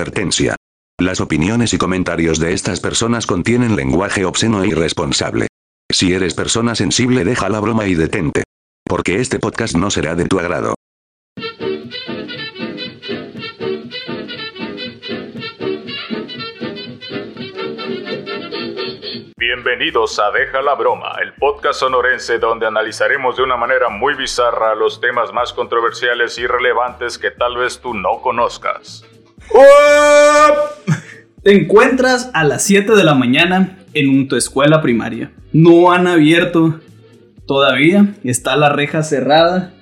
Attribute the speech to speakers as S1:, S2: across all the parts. S1: Advertencia. Las opiniones y comentarios de estas personas contienen lenguaje obsceno e irresponsable. Si eres persona sensible, deja la broma y detente. Porque este podcast no será de tu agrado.
S2: Bienvenidos a Deja la Broma, el podcast sonorense donde analizaremos de una manera muy bizarra los temas más controversiales y relevantes que tal vez tú no conozcas.
S3: Te encuentras a las 7 de la mañana en un- tu escuela primaria. No han abierto todavía, está la reja cerrada.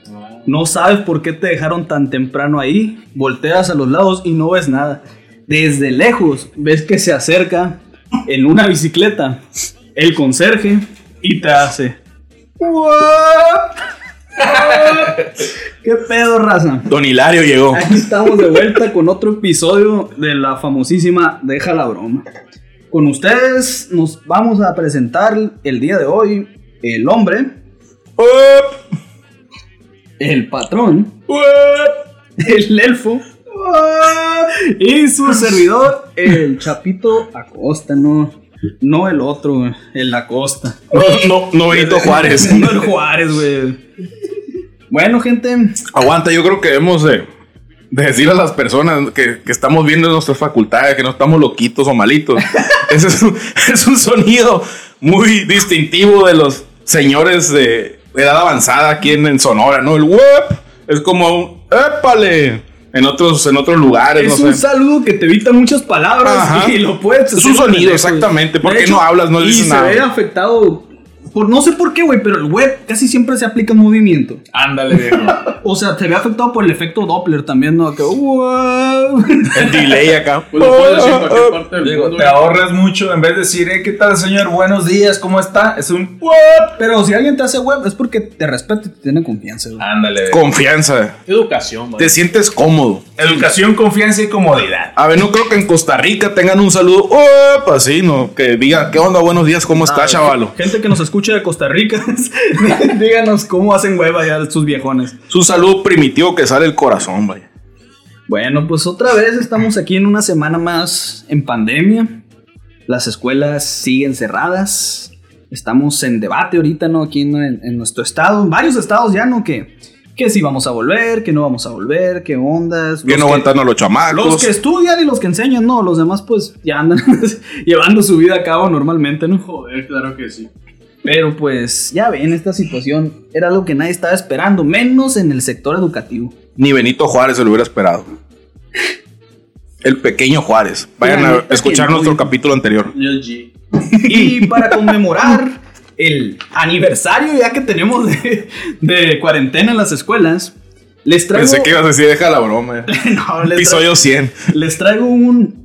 S3: No sabes por qué te dejaron tan temprano ahí. Volteas a los lados y no ves nada. Desde lejos ves que se acerca en una bicicleta el conserje y te hace. ¿Qué pedo, raza?
S4: Don Hilario llegó.
S3: Aquí estamos de vuelta con otro episodio de la famosísima Deja la broma. Con ustedes nos vamos a presentar el día de hoy el hombre,
S4: Up,
S3: el patrón,
S4: up.
S3: el elfo y su servidor, el Chapito Acosta, no, no el otro, güey, el Acosta.
S4: No, no, no Benito Juárez.
S3: No el Juárez, güey. Bueno, gente,
S4: Aguanta, yo creo que debemos de, de decir a las personas que, que estamos viendo nuestras facultades, que no estamos loquitos o malitos. Ese es un, es un sonido muy distintivo de los señores de edad avanzada aquí en, en Sonora, ¿no? El web es como un épale en otros, en otros lugares,
S3: es
S4: no
S3: un
S4: sé.
S3: saludo que te evita muchas palabras
S4: Ajá.
S3: y lo puedes.
S4: Es
S3: hacer
S4: un sonido,
S3: pendejo.
S4: exactamente. ¿Por
S3: De
S4: qué no hablas? No
S3: y
S4: dices nada.
S3: Se ve afectado. Por, no sé por qué, güey, pero el web casi siempre se aplica un movimiento.
S5: Ándale, viejo.
S3: O sea, te ve afectado por el efecto Doppler también, ¿no? Que, wow.
S4: El delay acá.
S5: Pues lo puedes decir en cualquier
S4: Up,
S5: parte del
S6: Digo,
S5: mundo,
S6: te
S5: güey.
S6: ahorras mucho en vez de decir, "Eh, ¿qué tal, señor? Buenos días, ¿cómo está? Es un what?
S3: Pero si alguien te hace web es porque te respeta y te tiene confianza, güey.
S6: Ándale.
S4: Confianza.
S5: Educación, man.
S4: Te sientes cómodo.
S6: Educación, confianza y comodidad.
S4: A ver, no creo que en Costa Rica tengan un saludo. ¡Opa! Así, ¿no? Que diga, ¿qué onda? Buenos días,
S3: Ah,
S4: ¿cómo está, chavalo?
S3: Gente que nos escucha de Costa Rica, díganos cómo hacen web allá sus viejones.
S4: Es un saludo primitivo que sale del corazón, vaya.
S3: Bueno, pues otra vez estamos aquí en una semana más en pandemia. Las escuelas siguen cerradas. Estamos en debate ahorita, ¿no? Aquí en, en- en nuestro estado, en varios estados ya, ¿no? Que, que si vamos a volver, que no vamos a volver, qué ondas.
S4: Bien
S3: Los que-
S4: aguantando a los chamacos.
S3: Los que estudian y los que enseñan, no. Los demás, pues ya andan llevando su vida a cabo normalmente, ¿no?
S5: Joder, claro que sí.
S3: Pero pues ya ven, esta situación era algo que nadie estaba esperando, menos en el sector educativo.
S4: Ni Benito Juárez se lo hubiera esperado. El pequeño Juárez. Vayan
S3: La
S4: a
S3: neta
S4: escuchar
S3: que no,
S4: nuestro
S3: güey.
S4: capítulo anterior.
S5: Lil G.
S3: Y para conmemorar el aniversario ya que tenemos de, de cuarentena en las escuelas, les traigo,
S4: Pensé que ibas a decir, deja la broma.
S3: No,
S4: ya.
S3: les traigo,
S4: Episodio 100.
S3: les traigo un,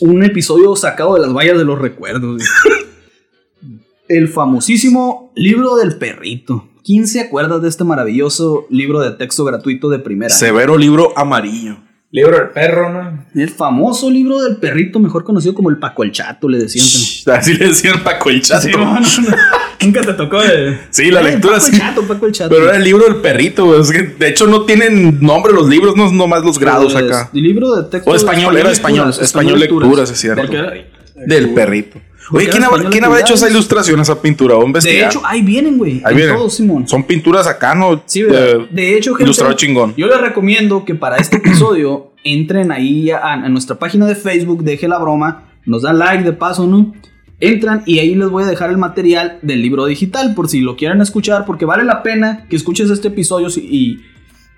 S3: un episodio sacado de las vallas de los recuerdos. güey. El famosísimo libro del perrito. ¿Quién se acuerda de este maravilloso libro de texto gratuito de primera?
S4: Severo libro amarillo.
S6: Libro del perro, ¿no?
S3: El famoso libro del perrito, mejor conocido como el Paco el Chato, le decían. también.
S4: Así le decían Paco el Chato.
S3: Sí, no, no, no. Nunca te tocó. eh.
S4: Sí, la
S3: Eh,
S4: lectura
S3: Paco
S4: sí.
S3: el Chato, Paco el Chato.
S4: Pero era el libro del perrito, güey. Es que, de hecho, no tienen nombre los libros, no nomás los grados
S3: Pues,
S4: acá.
S3: El libro de texto.
S4: O español, era español,
S3: lecturas,
S4: español lecturas, es cierto.
S3: Porque era-
S4: Del perrito.
S3: Porque
S4: Oye, ¿quién,
S3: era
S4: habrá-
S3: español
S4: quién habrá hecho
S3: naturales.
S4: esa ilustración, esa pintura? Hombre,
S3: de hecho, ahí vienen, güey.
S4: Ahí
S3: en
S4: vienen.
S3: Todo, Simón.
S4: son pinturas acá, ¿no?
S3: Sí, ¿verdad?
S4: Eh,
S3: de hecho, gente,
S4: ilustrado chingón.
S3: Yo les recomiendo que para este episodio entren ahí a, a nuestra página de Facebook, deje la broma, nos dan like de paso, ¿no? Entran y ahí les voy a dejar el material del libro digital por si lo quieren escuchar, porque vale la pena que escuches este episodio si- y,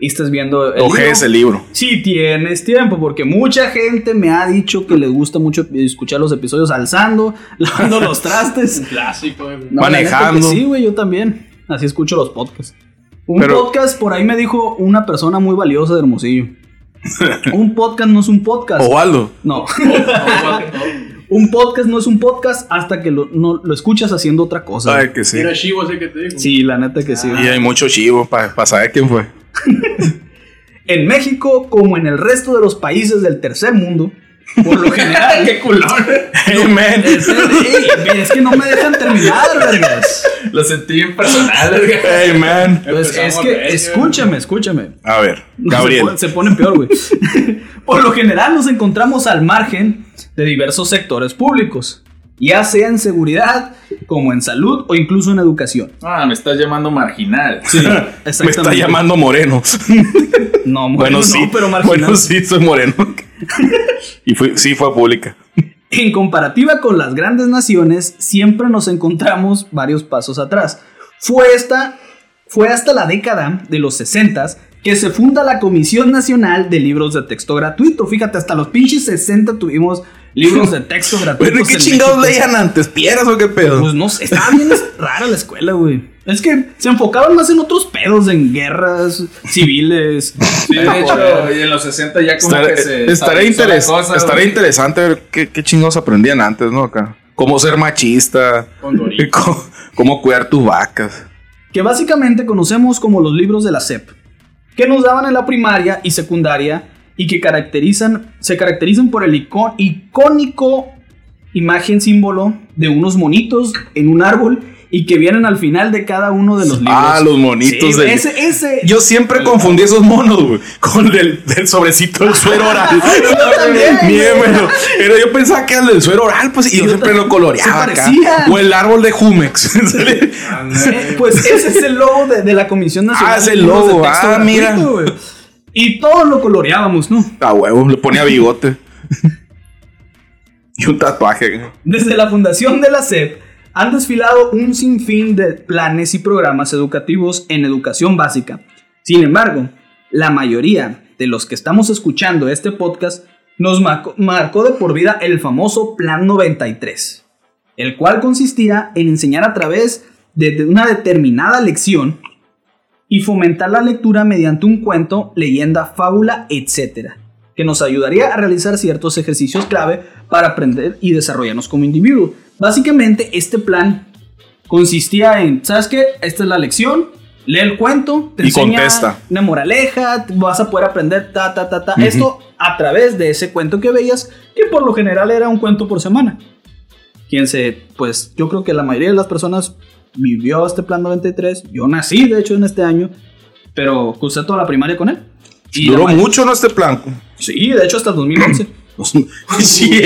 S3: y estés viendo el libro.
S4: Ojees el libro.
S3: Si tienes tiempo, porque mucha gente me ha dicho que les gusta mucho escuchar los episodios alzando, lavando los trastes,
S5: Clásico, eh, güey.
S3: No, la neta
S4: Manejando.
S3: que sí, güey, yo también. Así escucho los podcasts. Un
S4: Pero-
S3: podcast, por ahí me dijo una persona muy valiosa de Hermosillo. un podcast no es un podcast.
S4: Ovaldo.
S3: No,
S5: No, what the fuck.
S3: un podcast no es un podcast hasta que lo, no, lo escuchas haciendo otra cosa.
S4: Ay, Ah. que sí.
S5: Era Chivo ese que te dijo.
S3: Sí, la neta que sí. güey.
S4: Y hay mucho chivo para saber quién fue.
S3: En México, como en el resto de los países del tercer mundo, Por lo general.
S5: ¡Qué culón!
S4: Hey, man.
S3: Es, el- ey, es que no me dejan terminar, vergas.
S6: Lo sentí impersonal.
S4: Hey, man.
S3: Pues es
S5: Empezamos
S3: que,
S5: recio.
S3: escúchame, escúchame.
S4: A ver,
S3: No, Se, pone,
S4: Gabriel.
S3: se pone peor, güey. Por lo general nos encontramos al margen de diversos sectores públicos, ya sea en seguridad, como en salud o incluso en educación.
S6: Ah, me estás llamando marginal.
S4: Me está llamando moreno.
S3: No,
S4: Bueno, sí.
S3: pero marginal.
S4: bueno, sí, soy moreno. y fui, sí, fue pública.
S3: En comparativa con las grandes naciones, siempre nos encontramos varios pasos atrás. Fue, esta, fue hasta la década de los 60 que se funda la Comisión Nacional de Libros de Texto Gratuito. Fíjate, hasta los pinches 60 tuvimos libros de texto gratuito.
S4: Bueno, ¿y ¿qué chingados leían antes? ¿Pieras o qué pedo?
S3: Pues no sé, estaba bien rara la escuela, güey. Es que se enfocaban más en otros pedos, en guerras civiles.
S6: Sí, de hecho, y en los 60 ya como
S4: Estaré,
S6: que se.
S4: estaré
S6: estabilizó la
S4: interes-
S6: cosa,
S4: estaré
S6: güey.
S4: interesante ver qué, qué chingados aprendían antes, ¿no? Acá. Cómo ser machista.
S5: Condorito.
S4: Cómo, cómo cuidar tus vacas.
S3: que básicamente conocemos como los libros de la SEP, que nos daban en la primaria y secundaria y que caracterizan, se caracterizan por el icó- icónico imagen símbolo de unos monitos en un árbol y que vienen al final de cada uno de los libros.
S4: Ah, los monitos
S3: Sí,
S4: de.
S3: Ese, ese.
S4: Yo siempre confundí esos monos, güey, con el del sobrecito del suero oral.
S3: Yo también, güey.
S4: Miémelo. Pero yo pensaba que era el del suero oral, pues, y yo,
S3: yo
S4: siempre
S3: también.
S4: lo coloreaba
S3: Se
S4: acá.
S3: parecía.
S4: O el árbol de Jumex.
S3: Eh, Pues ese es el logo de, de la Comisión Nacional.
S4: Ah, es
S3: de
S4: el
S3: Libros de
S4: logo.
S3: Texto
S4: Ah, mira.
S3: Gratuito, güey. Y todo lo coloreábamos, ¿no?
S4: A huevo, le ponía bigote. y un tatuaje. güey.
S3: Desde la fundación de la SEP han desfilado un sinfín de planes y programas educativos en educación básica. Sin embargo, la mayoría de los que estamos escuchando este podcast nos marcó, marcó de por vida el famoso Plan 93, el cual consistía en enseñar a través de de una determinada lección y fomentar la lectura mediante un cuento, leyenda, fábula, etcétera, que nos ayudaría a realizar ciertos ejercicios clave para aprender y desarrollarnos como individuo. Básicamente, este plan consistía en, ¿sabes qué? Esta es la lección, lee el cuento, te
S4: Y
S3: enseña
S4: contesta.
S3: una moraleja, vas a poder aprender ta, ta, ta, ta. Esto a través de ese cuento que veías, que por lo general era un cuento por semana. Quien se, pues yo creo que la mayoría de las personas vivió este plan 93. Yo nací, de hecho, en este año, pero cursé toda la primaria con él. Y la
S4: Duró
S3: ma-
S4: mucho, ¿no? Este plan.
S3: Sí, de hecho, hasta el 2011.
S4: Sí,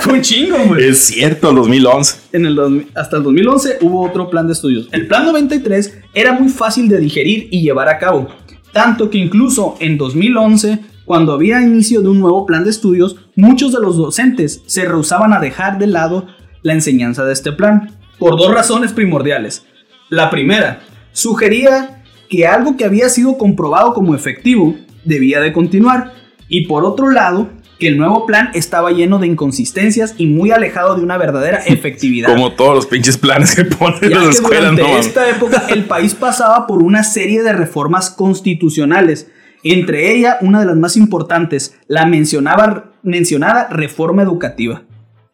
S3: Fue un chingo, güey.
S4: es cierto, 2011.
S3: En el dos- hasta el 2011 hubo otro plan de estudios. El plan 93 era muy fácil de digerir y llevar a cabo. Tanto que incluso en 2011, cuando había inicio de un nuevo plan de estudios, muchos de los docentes se rehusaban a dejar de lado la enseñanza de este plan. Por dos razones primordiales. La primera, sugería que algo que había sido comprobado como efectivo debía de continuar. Y por otro lado, que el nuevo plan estaba lleno de inconsistencias y muy alejado de una verdadera efectividad.
S4: Como todos los pinches planes que ponen
S3: Ya
S4: en
S3: que
S4: las escuelas,
S3: durante
S4: no mames.
S3: esta época el país pasaba por una serie de reformas constitucionales, entre ellas una de las más importantes, la mencionaba, mencionada reforma educativa.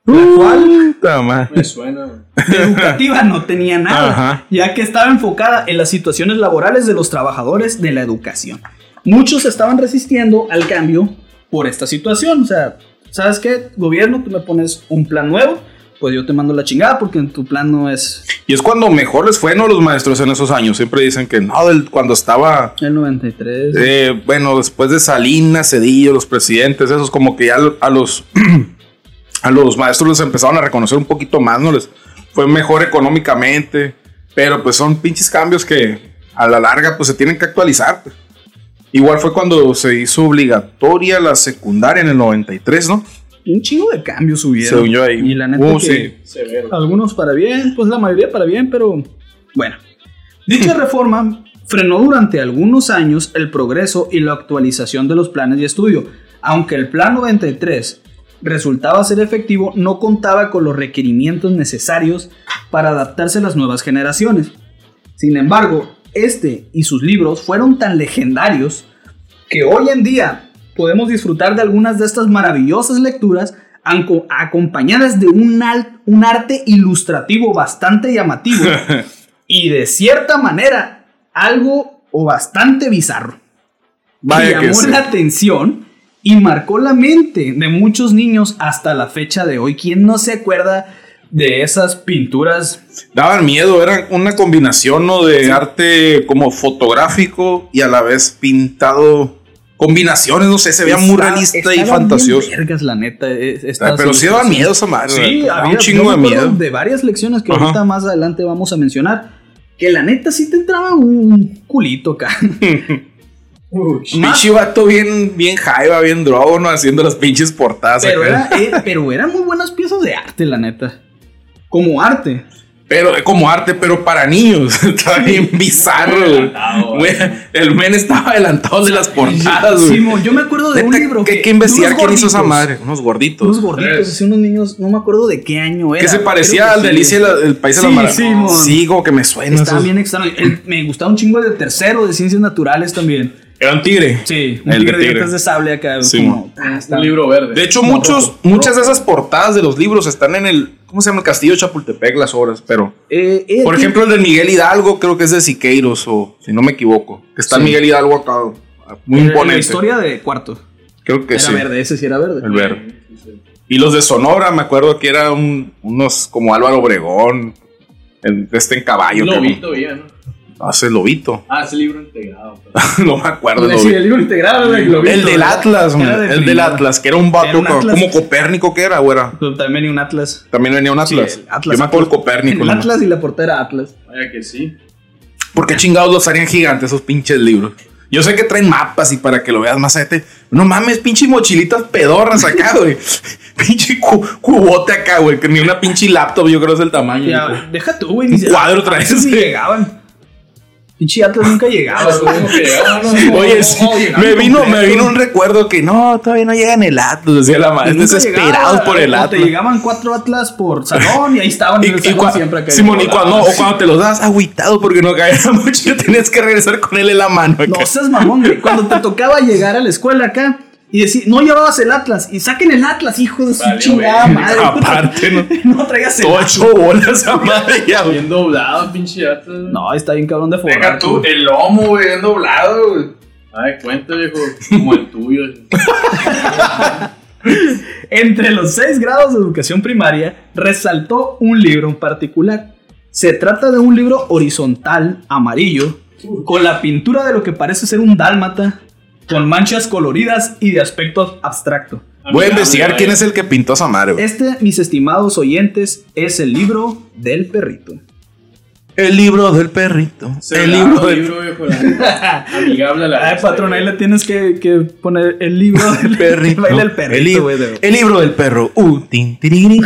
S4: Uh.
S3: La cual
S4: Puta madre.
S5: Me suena. güey.
S3: de educativa no tenía nada,
S4: Ajá.
S3: ya que estaba enfocada en las situaciones laborales de los trabajadores de la educación. Muchos estaban resistiendo al cambio por esta situación, o sea, ¿sabes qué? Gobierno, tú me pones un plan nuevo, pues yo te mando la chingada porque en tu plan no es
S4: Y es cuando mejor les fue, ¿no? Los maestros en esos años. Siempre dicen que no, del- cuando estaba,
S3: el 93.
S4: eh, bueno, después de Salinas, Cedillo, los presidentes, esos como que ya lo- a los, a los maestros les empezaron a reconocer un poquito más, ¿no? Les fue mejor económicamente, pero pues son pinches cambios que a la larga pues se tienen que actualizar. pues. Igual fue cuando se hizo obligatoria la secundaria en el 93, ¿no?
S3: un chingo de cambios hubieron.
S4: Según yo ahí.
S3: Y la neta
S4: Uh,
S3: que
S4: sí.
S5: Severo.
S3: algunos para bien, pues la mayoría para bien, pero bueno. Dicha reforma frenó durante algunos años el progreso y la actualización de los planes de estudio, aunque el plan 93 resultaba ser efectivo, no contaba con los requerimientos necesarios para adaptarse a las nuevas generaciones. Sin embargo, este y sus libros fueron tan legendarios que hoy en día podemos disfrutar de algunas de estas maravillosas lecturas anco- acompañadas de un, al- un arte ilustrativo bastante llamativo y de cierta manera algo o bastante bizarro. Me
S4: Vaya que
S3: llamó
S4: sí.
S3: la atención y marcó la mente de muchos niños hasta la fecha de hoy. ¿Quién no se acuerda de esas pinturas?
S4: Daban miedo, eran una combinación ¿no? de arte como fotográfico y a la vez pintado. Combinaciones, no sé, se veía muy
S3: Está-
S4: realista y
S3: estaban
S4: fantasioso.
S3: bien vergas, la neta. eh, es- estas
S4: Pero sí daban
S3: ilustraciones.
S4: miedo esa madre.
S3: Sí,
S4: daba
S3: había
S4: Ah, un
S3: yo
S4: chingo
S3: me
S4: de
S3: acuerdo
S4: miedo.
S3: de varias lecciones que
S4: Ajá.
S3: ahorita más adelante vamos a mencionar. Que la neta sí te entraba un culito acá. Más-
S4: Pinche vato bien, bien jaiba, bien drogo, ¿no? Haciendo las pinches portadas.
S3: pero,
S4: acá.
S3: era, eh, pero eran muy buenas piezas de arte, la neta. Como arte.
S4: Pero eh, como arte, pero para niños. Estaba bien bizarro, güey. Güey, El men estaba adelantado de las portadas, güey.
S3: Simón, yo me acuerdo de un
S4: Neta,
S3: libro.
S4: que hay
S3: que-
S4: que investigar
S3: de
S4: quién
S3: unos
S4: hizo esa
S3: gorditos,
S4: madre. Unos gorditos.
S3: Unos gorditos, así unos niños, no me acuerdo de qué año era.
S4: que se parecía
S3: creo
S4: al
S3: que sí.
S4: delicia del país de
S3: Sí,
S4: la Mara.
S3: sí, mon.
S4: Sí, como que me suena.
S3: Estaba
S4: esos-
S3: bien extraño. El- me gustaba un chingo el de tercero de ciencias naturales también.
S4: Era un tigre.
S3: Sí, un tigre
S4: El de
S3: de
S4: tigre.
S3: dientes de sable acá.
S4: Sí,
S3: como, ah, está-
S5: Un libro verde.
S4: De hecho, muchos, muchas de esas portadas de los libros están en el. ¿Cómo se llama? El Castillo de Chapultepec, las obras, pero.
S3: Eh, eh,
S4: Por
S3: aquí-
S4: ejemplo, el de Miguel Hidalgo, creo que es de Siqueiros, o si no me equivoco. Que está
S3: Sí.
S4: Miguel Hidalgo acá. Muy
S3: Eh,
S4: imponente.
S3: La historia de cuarto.
S4: Creo que
S3: era
S4: sí.
S3: verde, ese sí era verde.
S4: El verde. Y los de Sonora, me acuerdo que eran unos como Álvaro Obregón. el- este en caballo. creo.
S5: Lobito, bien, ¿no?
S4: Hace lobito.
S5: Ah, ese libro integrado. pero-
S4: no me acuerdo. el
S3: Sí,
S4: lobito.
S3: el libro integral, güey, lo vi
S4: Ah, El
S3: todo.
S4: del Atlas,
S3: Era
S4: man,
S3: de
S4: el del
S3: primera.
S4: Atlas, que era un vato
S3: Era un
S4: co-
S3: Atlas.
S4: como Copérnico que era, güera.
S3: Pero También hay un Atlas.
S4: También venía un Atlas.
S3: Sí, el Atlas.
S4: Yo me acuerdo el Copérnico.
S3: El
S4: nomás.
S3: Atlas y la portera Atlas.
S5: Vaya que sí.
S4: ¿Por qué chingados los harían gigantes esos pinches libros? Yo sé que traen mapas y para que lo veas más adelante. No mames, pinche mochilitas pedorras acá, güey. pinche cu- cubote acá, güey. Que ni una pinche laptop, yo creo es el tamaño.
S3: Ya, deja tú, güey.
S4: Un
S3: ni se-
S4: cuadro traes.
S3: Esos ni llegaban. Pinche Atlas nunca llegaba,
S5: Ah,
S3: güey.
S5: ¿cómo que llegaba, no?
S4: Oye, sí,
S3: llegaron
S4: me, vino, me
S3: completos.
S4: vino un recuerdo que no, todavía no llegan el Atlas. Decía la madre,
S3: Nunca
S4: desesperados
S3: llegaba,
S4: por el
S3: o
S4: Atlas.
S3: Te llegaban cuatro Atlas por salón y ahí estaban
S4: Y,
S3: en el
S4: y
S3: salón
S4: cua-
S3: siempre acá.
S4: Simón, y cuando, o cuando te los das agüitado porque no caía mucho, tenías que regresar con él en la mano. acá.
S3: No seas mamón, güey. Cuando te tocaba llegar a la escuela acá y decir, no llevabas el Atlas. Y saquen el Atlas, hijo de su
S5: Valió,
S3: chingada
S5: güey.
S3: madre.
S4: Aparte, ¿no?
S3: No traigas el Atlas.
S4: Ocho bolas a madre ya, güey.
S5: Bien doblado, pinche Atlas. güey.
S3: No, está bien cabrón de forrar.
S6: Deja tú,
S3: güey.
S6: el lomo, güey, bien doblado, güey.
S5: Ah, de cuenta, viejo. Como el tuyo.
S3: Entre los seis grados de educación primaria, resaltó un libro en particular. Se trata de un libro horizontal, amarillo, con la pintura de lo que parece ser un dálmata, con manchas coloridas y de aspecto abstracto.
S4: Voy a investigar
S5: eh.
S4: quién es el que pintó esa madre, güey.
S3: Este, mis estimados oyentes, es el libro del perrito.
S4: El libro del perrito. el libro del.
S5: libro, viejo. la neta. Amigable a la
S3: Ay,
S5: vista,
S3: Ah, patrón, ahí
S5: güey.
S3: le tienes que, que poner el libro del
S4: Perrito.
S3: El baile del
S4: el, Eh,
S3: perrito,
S4: libro,
S3: güey, de-
S4: el libro del perro. Uh, tin, tirirín.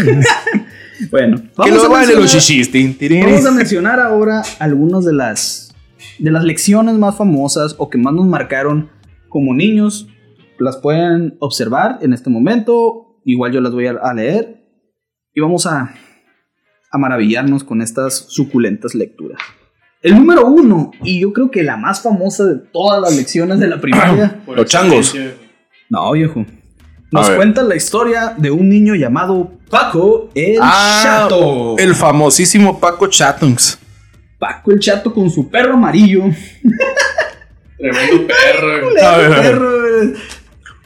S3: Bueno,
S4: que
S3: vamos a
S4: lo vale
S3: mencionar-
S4: los chichis. tin, tirirín.
S3: Vamos a mencionar ahora algunas de las de las lecciones más famosas o que más nos marcaron como niños. Las pueden observar en este momento. Igual yo las voy a, a leer. Y vamos a, a maravillarnos con estas suculentas lecturas. El número uno, y yo creo que la más famosa de todas las lecciones de la primaria.
S5: Por
S4: Los changos.
S5: excelencia, viejo.
S3: No, viejo. Nos
S4: A ver.
S3: cuenta la historia de un niño llamado Paco el
S4: Ah,
S3: Chato.
S4: El famosísimo Paco Chatungs.
S3: Paco el Chato con su perro amarillo.
S5: Tremendo perro. güey.
S4: A ver, a ver.
S3: Perro, eh,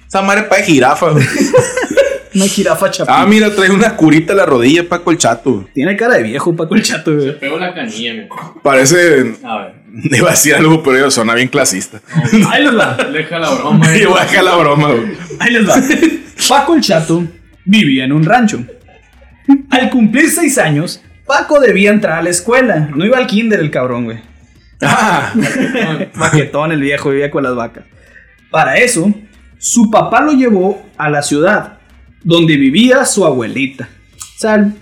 S4: Esa madre pa' de jirafa, güey.
S3: Una jirafa chapita.
S4: Ah, mira, trae una curita en la rodilla, Paco el Chato. güey.
S3: Tiene cara de viejo, Paco el Chato,
S5: Le
S3: güey.
S5: pego la canilla, viejo.
S4: Parece
S5: A ver.
S4: Iba a decir algo, pero yo suena bien clasista.
S3: Ahí les va,
S5: Deja la broma.
S4: Y
S5: viejo.
S4: baja la broma, güey.
S3: ahí les va. Paco el Chato vivía en un rancho. Al cumplir seis años, Paco debía entrar a la escuela. No iba al kinder el cabrón, güey.
S4: Ah,
S3: Maquetón el viejo, vivía con las vacas. Para eso, su papá lo llevó a la ciudad, donde vivía su abuelita. O sea, el-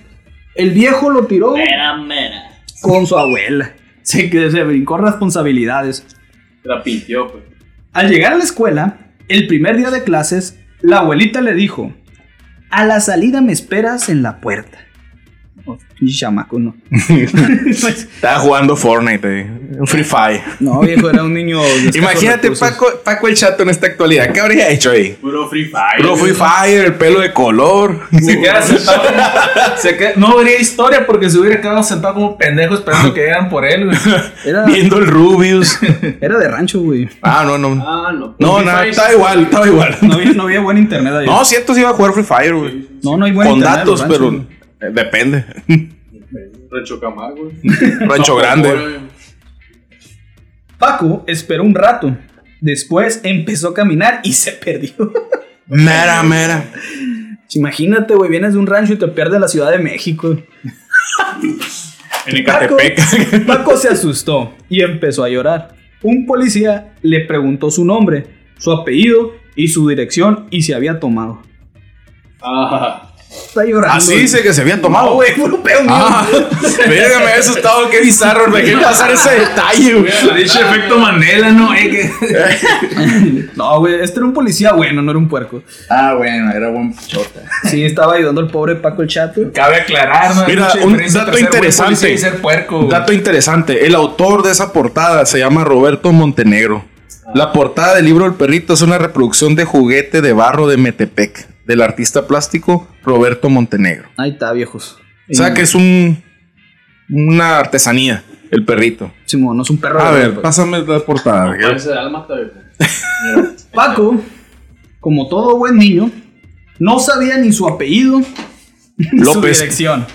S3: el viejo lo tiró
S5: Mera, mera.
S3: con su abuela. Se, que se brincó responsabilidades.
S5: La pintió, pues.
S3: Al llegar a la escuela, el primer día de clases, la abuelita le dijo, a la salida me esperas en la puerta. Oh, pinche chamaco, no.
S4: Estaba jugando Fortnite, eh, Free Fire.
S3: no, viejo, era un niño. de escasos
S4: Imagínate
S3: recursos.
S4: Paco, Paco el Chato en esta actualidad. ¿Qué habría hecho ahí?
S5: Puro Free Fire.
S4: Puro Free Fire, el pelo de color.
S6: Se queda sentado. se queda- no habría historia porque se hubiera quedado sentado como pendejo esperando que llegaran por él, güey.
S3: Era,
S4: Viendo el Rubius.
S3: era de rancho, güey.
S4: Ah, no, no.
S5: Ah, no.
S4: No, nada, estaba igual, estaba igual.
S3: No había, no había buen internet ahí.
S4: No, cierto, sí iba a jugar Free Fire, güey.
S3: no, no hay buen
S4: Con
S3: internet. en los
S4: datos,
S3: ranchos,
S4: pero
S3: güey.
S4: eh, depende.
S5: Rancho Camargo.
S4: Rancho grande.
S3: Paco esperó un rato. Después empezó a caminar y se perdió.
S4: Mera, mera.
S3: Pues Imagínate, güey, vienes de un rancho y te pierdes la Ciudad de México.
S4: En
S3: Paco,
S4: Ecatepec.
S3: Paco se asustó y empezó a llorar. Un policía le preguntó su nombre, su apellido y su dirección y si había tomado.
S5: Ah,
S3: Está llorando.
S4: Así dice que se habían tomado, güey.
S3: Puro pedo mío.
S4: Ah, verga, me había asustado, oh, qué bizarro, me quería pasar ese detalle, güey.
S6: Dicho efecto Mandela, ¿no? Eh, que-
S3: No, güey, este era un policía bueno, no era un puerco.
S7: Ah, bueno, era buen chota.
S3: Sí, estaba ayudando al pobre Paco el chato.
S6: Cabe aclarar, ¿no? Hay
S4: Mira,
S6: mucha
S4: un
S6: diferencia
S4: dato
S6: entre ser buen
S4: interesante.
S6: policía Y ser puerco, güey.
S4: Dato interesante, el autor de esa portada se llama Roberto Montenegro. La portada del libro El perrito es una reproducción de juguete de barro de Metepec, del artista plástico Roberto Montenegro.
S3: Ahí está, viejos. Eh,
S4: O sea que es un una artesanía, el perrito.
S3: Simón, no es un perro.
S4: A
S3: de
S4: ver,
S3: verdad,
S4: pásame la portada.
S5: parece de alma también.
S3: pues. Paco, como todo buen niño, no sabía ni su apellido ni su
S4: López.
S3: dirección.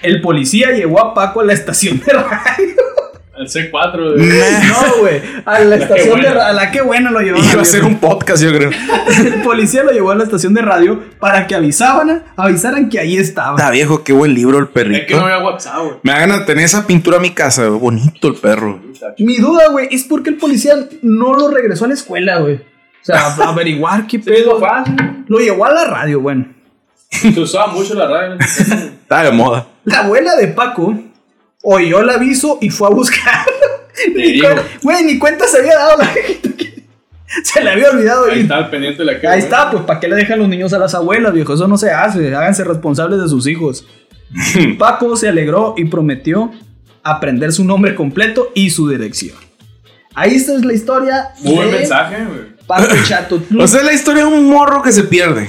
S3: El policía llevó a Paco a la estación de radio.
S5: El C4, güey.
S3: No, güey. A la estación de
S5: buena.
S3: radio. A la que bueno lo llevó.
S4: Iba a ser un podcast, yo creo.
S3: El policía lo llevó a la estación de radio para que avisaban, avisaran que ahí
S4: Está
S3: estaba.
S4: viejo, qué buen libro el
S5: Es que no
S4: perrito.
S5: había WhatsApp, güey.
S4: Me hagan a tener esa pintura a mi casa, güey. bonito el perro.
S3: Mi duda, güey, es porque el policía no lo regresó a la escuela, güey. O sea, a averiguar qué pedo.
S5: fácil.
S3: Lo llevó a la radio, bueno.
S5: Se usaba mucho la radio.
S4: Está de moda.
S3: La abuela de Paco oyó el aviso y fue a buscar. Ni
S5: digo.
S3: cuen- Güey, ni cuenta se había dado la gente. que- Se le había olvidado
S5: Ahí
S3: ir.
S5: estaba el pendiente de la
S3: Ahí está, pues ¿para qué le dejan los niños a las abuelas, viejo? Eso no se hace. Háganse responsables de sus hijos. Paco se alegró y prometió aprender su nombre completo y su dirección. Ahí está es la historia.
S5: Muy buen
S3: de
S5: mensaje, güey.
S3: Paco Chato.
S4: O sea, la historia es un morro que se pierde.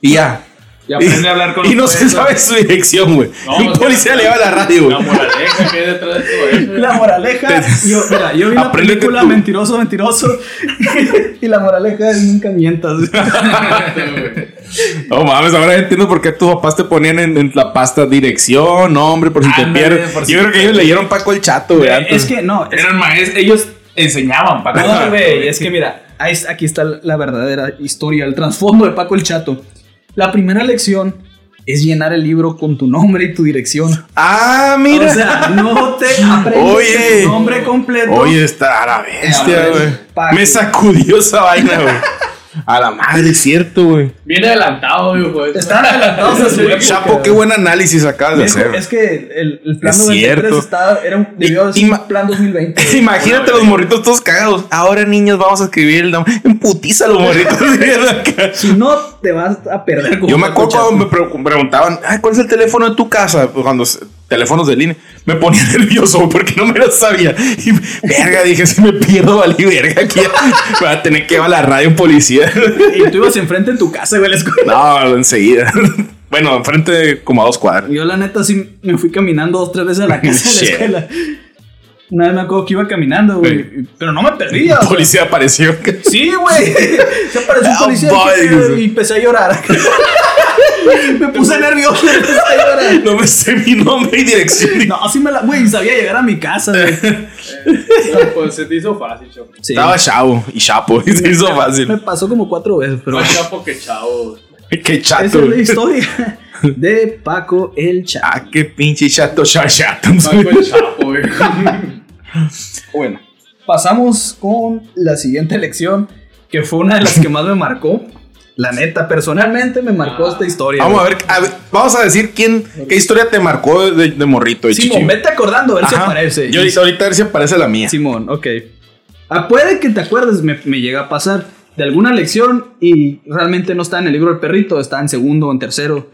S4: Y ya.
S6: Y aprende a hablar con
S4: Y
S6: los
S4: no se
S6: puercos.
S4: sabe su dirección, güey.
S5: No,
S4: un
S5: o sea,
S4: policía le va a la radio,
S5: La
S4: güey.
S5: moraleja que hay detrás de todo eso. güey.
S3: La moraleja. Yo, mira, yo vi la
S4: Apréndete
S3: película
S4: tú.
S3: Mentiroso, Mentiroso. y la moraleja es nunca mientas.
S4: No mames, ahora entiendo por qué tus papás te ponían en, en la pasta dirección, nombre, por si te
S6: Ándale,
S4: pierdes.
S6: por si
S4: Yo creo que ellos leyeron Paco el Chato, güey. antes.
S3: Eh, es que no. Es,
S6: Eran maestros. Ellos enseñaban para
S3: no, güey, es que mira, ahí es- aquí está la verdadera historia, el trasfondo de Paco el Chato. La primera lección es llenar el libro con tu nombre y tu dirección.
S4: Ah, mira.
S3: O sea, no te aprendes
S4: Oye.
S3: tu nombre completo.
S4: Oye, está a la bestia,
S3: Ándale,
S4: güey.
S3: Paco.
S4: Me sacudió esa vaina, güey. A la madre, es cierto, güey.
S5: Bien adelantado, pues. viejo. esto.
S3: Están adelantados a su época.
S4: Chapo, qué buen análisis acabas de
S3: Viejo,
S4: hacer.
S3: Es que el, el plan
S4: Es
S3: 93
S4: cierto.
S3: estaba, era un, debió haber sido
S4: Ima-
S3: un plan 2020.
S4: Imagínate los morritos todos cagados. Ahora, niños, vamos a escribir el nombre. Emputiza a los morritos.
S3: Si no, te vas a perder. como
S4: Yo me
S3: Paco
S4: acuerdo
S3: Chato.
S4: cuando me pre- preguntaban, "Ay, ¿cuál es el teléfono de tu casa? Pues Cuando s- teléfonos de línea, me ponía nervioso porque no me lo sabía. Y verga, dije, si me pierdo, valí verga. Aquí me va a tener que ir a la radio un policía.
S3: Y tú ibas enfrente en tu casa, güey, a la escuela.
S4: no, enseguida. bueno, enfrente de como a dos cuadras.
S3: Yo la neta sí me fui caminando dos, tres veces a la casa de la
S4: Shit.
S3: escuela. Una vez me acuerdo que iba caminando, güey. Pero no me perdía.
S4: Un
S3: o sea,
S4: policía apareció.
S3: Sí, güey. Se apareció un
S4: Oh,
S3: policía y, dije,
S4: boy.
S3: "Eh", y empecé a llorar. me puse nervioso y empecé a llorar.
S4: no me sé mi nombre y dirección.
S3: No, así me la... Güey, sabía llegar a mi casa, güey.
S5: No, Pues se te hizo fácil, chapo.
S3: Sí.
S4: Estaba chavo y chapo. Y se hizo
S3: Me
S4: fácil.
S3: pasó como cuatro veces, pero...
S5: Más chapo que chavo, güey.
S4: Qué chato.
S3: Esa es la
S4: güey.
S3: historia de Paco el Chato.
S4: Ah, qué pinche chato, cha-
S3: Ah,
S4: chato.
S5: Más con chapo, güey.
S3: Bueno, pasamos con la siguiente lección, que fue una de las que más me marcó. La neta, personalmente me marcó
S5: Ah.
S3: esta historia.
S4: Vamos a
S3: güey.
S4: ver, a ver, vamos a decir quién, qué historia te marcó de, de morrito. De
S3: Simón,
S4: chichi.
S3: vete acordando, a ver si
S4: Ajá.
S3: aparece.
S4: Yo ahorita, ahorita a ver si aparece la mía.
S3: Simón, ok. Ah, puede que te acuerdes, me, me llega a pasar, de alguna lección y realmente no está en el libro del perrito, está en segundo o en tercero.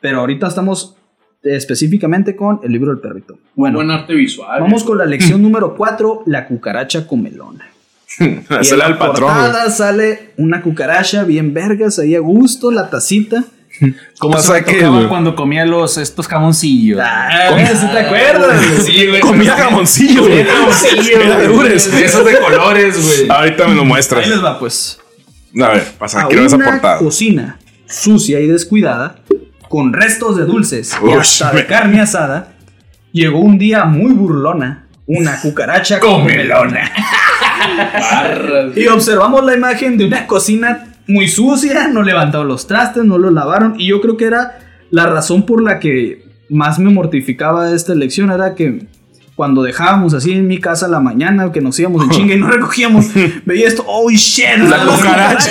S3: Pero ahorita estamos específicamente con el libro del perrito. Bueno,
S5: Buen arte visual.
S3: vamos con la lección número 4, la cucaracha comelona. Y en
S4: Hacerle
S3: la
S4: al patrón. güey.
S3: portada sale una cucaracha bien vergas, ahí a gusto, la tacita. Pues
S6: ¿Cómo
S4: Pasa
S6: se me
S4: que,
S6: tocaba
S4: güey. Ah,
S6: cuando comía los estos jamoncillos?
S3: ¿Sí te acuerdas?
S6: Sí, güey.
S4: Comía jamoncillo, güey. Era de Ures.
S6: Esos de colores, güey.
S4: Ahorita me lo muestras.
S3: Ahí les va, pues.
S4: A ver, pasa,
S3: a
S4: quiero esa
S3: una
S4: portada.
S3: cocina sucia y descuidada, con restos de dulces y
S4: Ush,
S3: hasta de
S4: me-
S3: carne asada, llegó un día muy burlona, una cucaracha comelona.
S5: Barras,
S3: Y observamos la imagen de una cocina muy sucia, no levantaron los trastes, no los lavaron, y yo creo que era la razón por la que más me mortificaba esta elección, era que... Cuando dejábamos así en mi casa a la mañana, que nos íbamos en chinga y no recogíamos, veía esto, oh shit,
S4: La
S3: las
S4: cucaracha.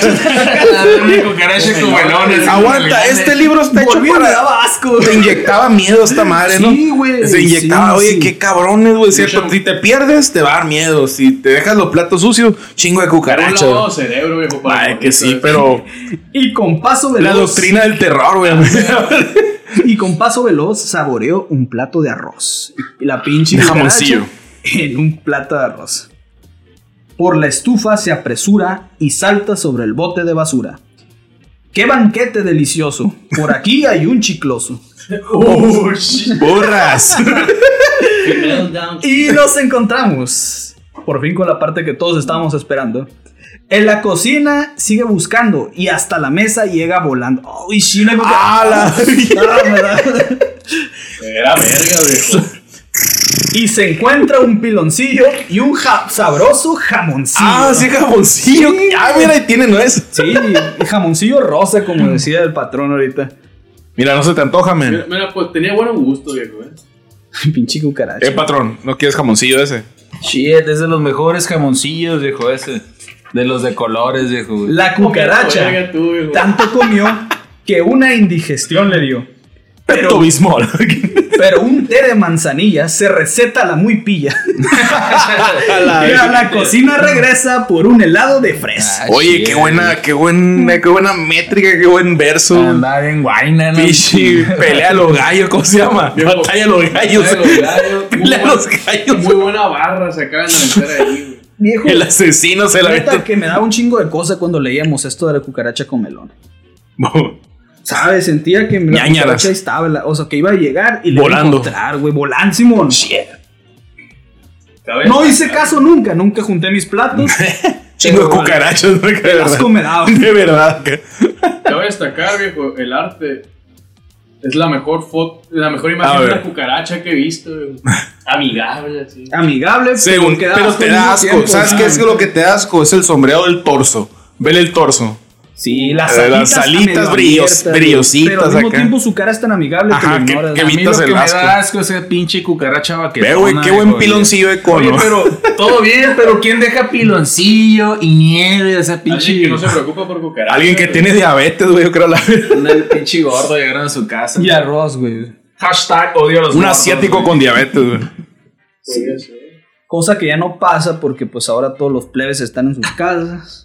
S3: cucarachas".
S6: Cucaracha comelones.
S4: Aguanta, este libro está hecho
S3: Volví y me
S4: para.
S3: daba asco.
S4: Te inyectaba miedo esta madre, ¿no?
S3: Sí, güey,
S4: Se inyectaba,
S3: sí,
S4: oye,
S3: sí.
S4: qué cabrones, güey. ¿cierto? Si te pierdes, te va a dar miedo. Si te dejas los platos sucios, chingo de
S5: Un
S4: cucaracha.
S5: lavado de cerebro, viejo. para
S4: Ay,
S5: morir,
S4: que sí,
S5: ¿sabes?
S4: pero
S3: Y con paso veloz.
S4: la doctrina del terror, güey.
S3: Y con paso veloz saboreó un plato de arroz. Y la pinche
S4: De
S3: cucaracha
S4: jamoncillo.
S3: En un plato de arroz. Por la estufa se apresura y salta sobre el bote de basura. ¡Qué banquete delicioso! Por aquí hay un chicloso.
S4: Burras.
S5: Nailed down.
S3: Y nos encontramos. Por fin con la parte que todos estábamos esperando. En la cocina sigue buscando y hasta la mesa llega volando. ¡Ay, sí, la cucaracha!
S4: ¡Hala!
S3: Ah, me da-
S5: Era verga, viejo.
S3: Y se encuentra un piloncillo y un ja- sabroso jamoncillo.
S4: Ah, sí, jamoncillo. Ah, mira, ahí tiene nuez.
S3: Sí, y jamoncillo rosa, como decía el patrón ahorita.
S4: Mira, no se te antoja, men.
S5: Mira, mira, pues tenía buen gusto, viejo. ¿eh?
S3: Pinche cucaracha.
S4: Eh, patrón, ¿no quieres jamoncillo ese?
S6: Shit, es de los mejores jamoncillos, viejo, ese. De los de colores, viejo. güey.
S3: La cucaracha
S5: Oiga tú, viejo.
S3: tanto comió que una indigestión le dio.
S4: Pepto Bismol.
S3: Pero un té de manzanilla se receta a la muy pilla. y a la cocina regresa por un helado de fresa.
S6: Ah,
S4: Oye,
S6: shit.
S4: qué buena, qué buena, qué buena métrica, qué buen verso.
S6: Andar en guayna, ¿no?
S4: Pichi, pelea a los gallos, ¿cómo se llama?
S5: Viejo.
S4: Batalla a los gallos.
S5: Pelea a los gallos.
S4: Pelea a los gallos.
S5: Muy buena barra se acaban de meter ahí, güey.
S3: Viejo,
S4: El asesino se la
S3: neta
S4: aventó.
S3: que me daba un chingo de cosa cuando leíamos esto de la cucaracha con melón. ¿Sabes? Sentía que la
S4: Ñañaras.
S3: cucaracha estaba, la- o sea, que iba a llegar y le
S4: Volando.
S3: iba a encontrar, güey, volando, Simón.
S5: Cabe
S3: No hice caso nunca, nunca junté mis platos.
S4: Chingo de
S3: Pero,
S4: cucarachas, ¿no? Que de
S3: vale, asco me
S4: verdad.
S3: daba.
S4: De verdad. que-
S5: Cabe destacar, viejo, el arte es la mejor foto, la mejor
S4: A
S5: imagen de
S4: ver.
S5: una cucaracha que he visto. viejo. Amigable, así.
S3: Amigable,
S4: Según,
S3: que da
S4: pero
S3: asco
S4: te
S3: al mismo
S4: da asco.
S3: tiempo,
S4: ¿Sabes qué es lo que te da asco? Es el sombreado del torso. Vele el torso.
S3: Sí, las
S4: Eh,
S3: alitas,
S4: las alitas
S3: medio
S4: brillos-
S3: abiertas,
S4: brillositas
S3: Pero al mismo
S4: acá.
S3: tiempo su cara es tan amigable
S4: Ajá,
S3: que,
S4: que-
S3: lo ignoras.
S4: que
S6: A mí lo
S4: Evitas
S6: que
S4: el
S6: me
S4: asco.
S6: da asco es ese pinche cucaracha vaquetona.
S4: Ve, güey, qué
S6: viejo,
S4: buen
S6: y-
S4: piloncillo de
S6: Oye,
S4: cono.
S6: pero todo bien, pero ¿quién deja piloncillo y nieve? Esa
S5: Alguien
S6: pinche.
S5: que no se preocupa por cucarachas. eh,
S4: Alguien que
S5: güey.
S4: tiene diabetes, güey, yo creo la
S6: Un pinche gordo llegaron a su casa.
S3: Y arroz, güey.
S6: Hashtag odio a los
S4: Un
S6: gordos,
S4: asiático
S6: güey.
S4: con diabetes, güey.
S5: Podría ser.
S3: Cosa que ya no pasa porque pues ahora todos los plebes están en sus casas.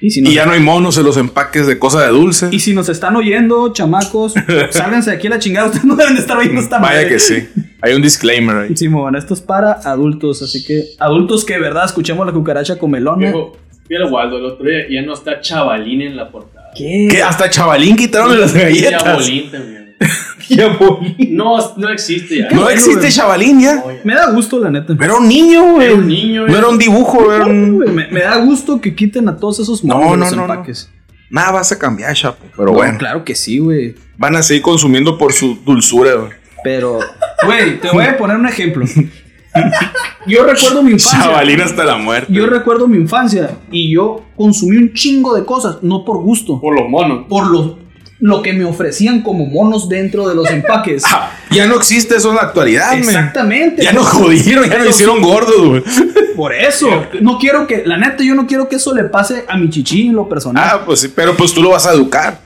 S3: Y si nos,
S4: Y ya no hay monos en los empaques de cosa de dulce.
S3: y si nos están oyendo, chamacos, sálganse de aquí a la chingada. Ustedes no deben de estar oyendo esta
S4: Vaya
S3: madre.
S4: que sí. Hay un disclaimer ahí.
S3: Simón, esto es para adultos, así que adultos que de verdad escuchamos la cucaracha con melón.
S5: Viejo, fui al Waldo el otro día y ya no está Chavalín en la portada.
S4: Que hasta chavalín quitaron las
S5: Y
S4: galletas.
S5: Chabolín también.
S4: Diabolín.
S5: No, no existe ya.
S4: No existe chavalín ya.
S3: Me da gusto, la neta.
S4: Era un niño, güey.
S5: Era un niño,
S4: No
S5: güey.
S4: era un dibujo, era un.
S3: Me, me da gusto que quiten a todos esos
S4: No,
S3: monos de
S4: no,
S3: los
S4: no, no.
S3: empaques.
S4: Nada vas a cambiar, chapo. Pero
S3: No,
S4: bueno,
S3: Claro que sí, güey.
S4: van a seguir consumiendo por su dulzura, güey.
S3: Pero, güey, te voy a poner un ejemplo. Yo recuerdo mi infancia.
S4: Chavalín hasta la muerte.
S3: Yo recuerdo mi infancia y yo consumí un chingo de cosas, no por gusto,
S5: Por los monos.
S3: por lo, lo que me ofrecían como monos dentro de los empaques.
S4: Ah, ya no existe eso en la actualidad, men.
S3: Exactamente.
S4: Ya nos jodieron, ya nos hicieron gordos, güey.
S3: Por eso. No quiero que, la neta, yo no quiero que eso le pase a mi chichi en lo personal.
S4: Ah, pues sí, pero pues tú lo vas a educar.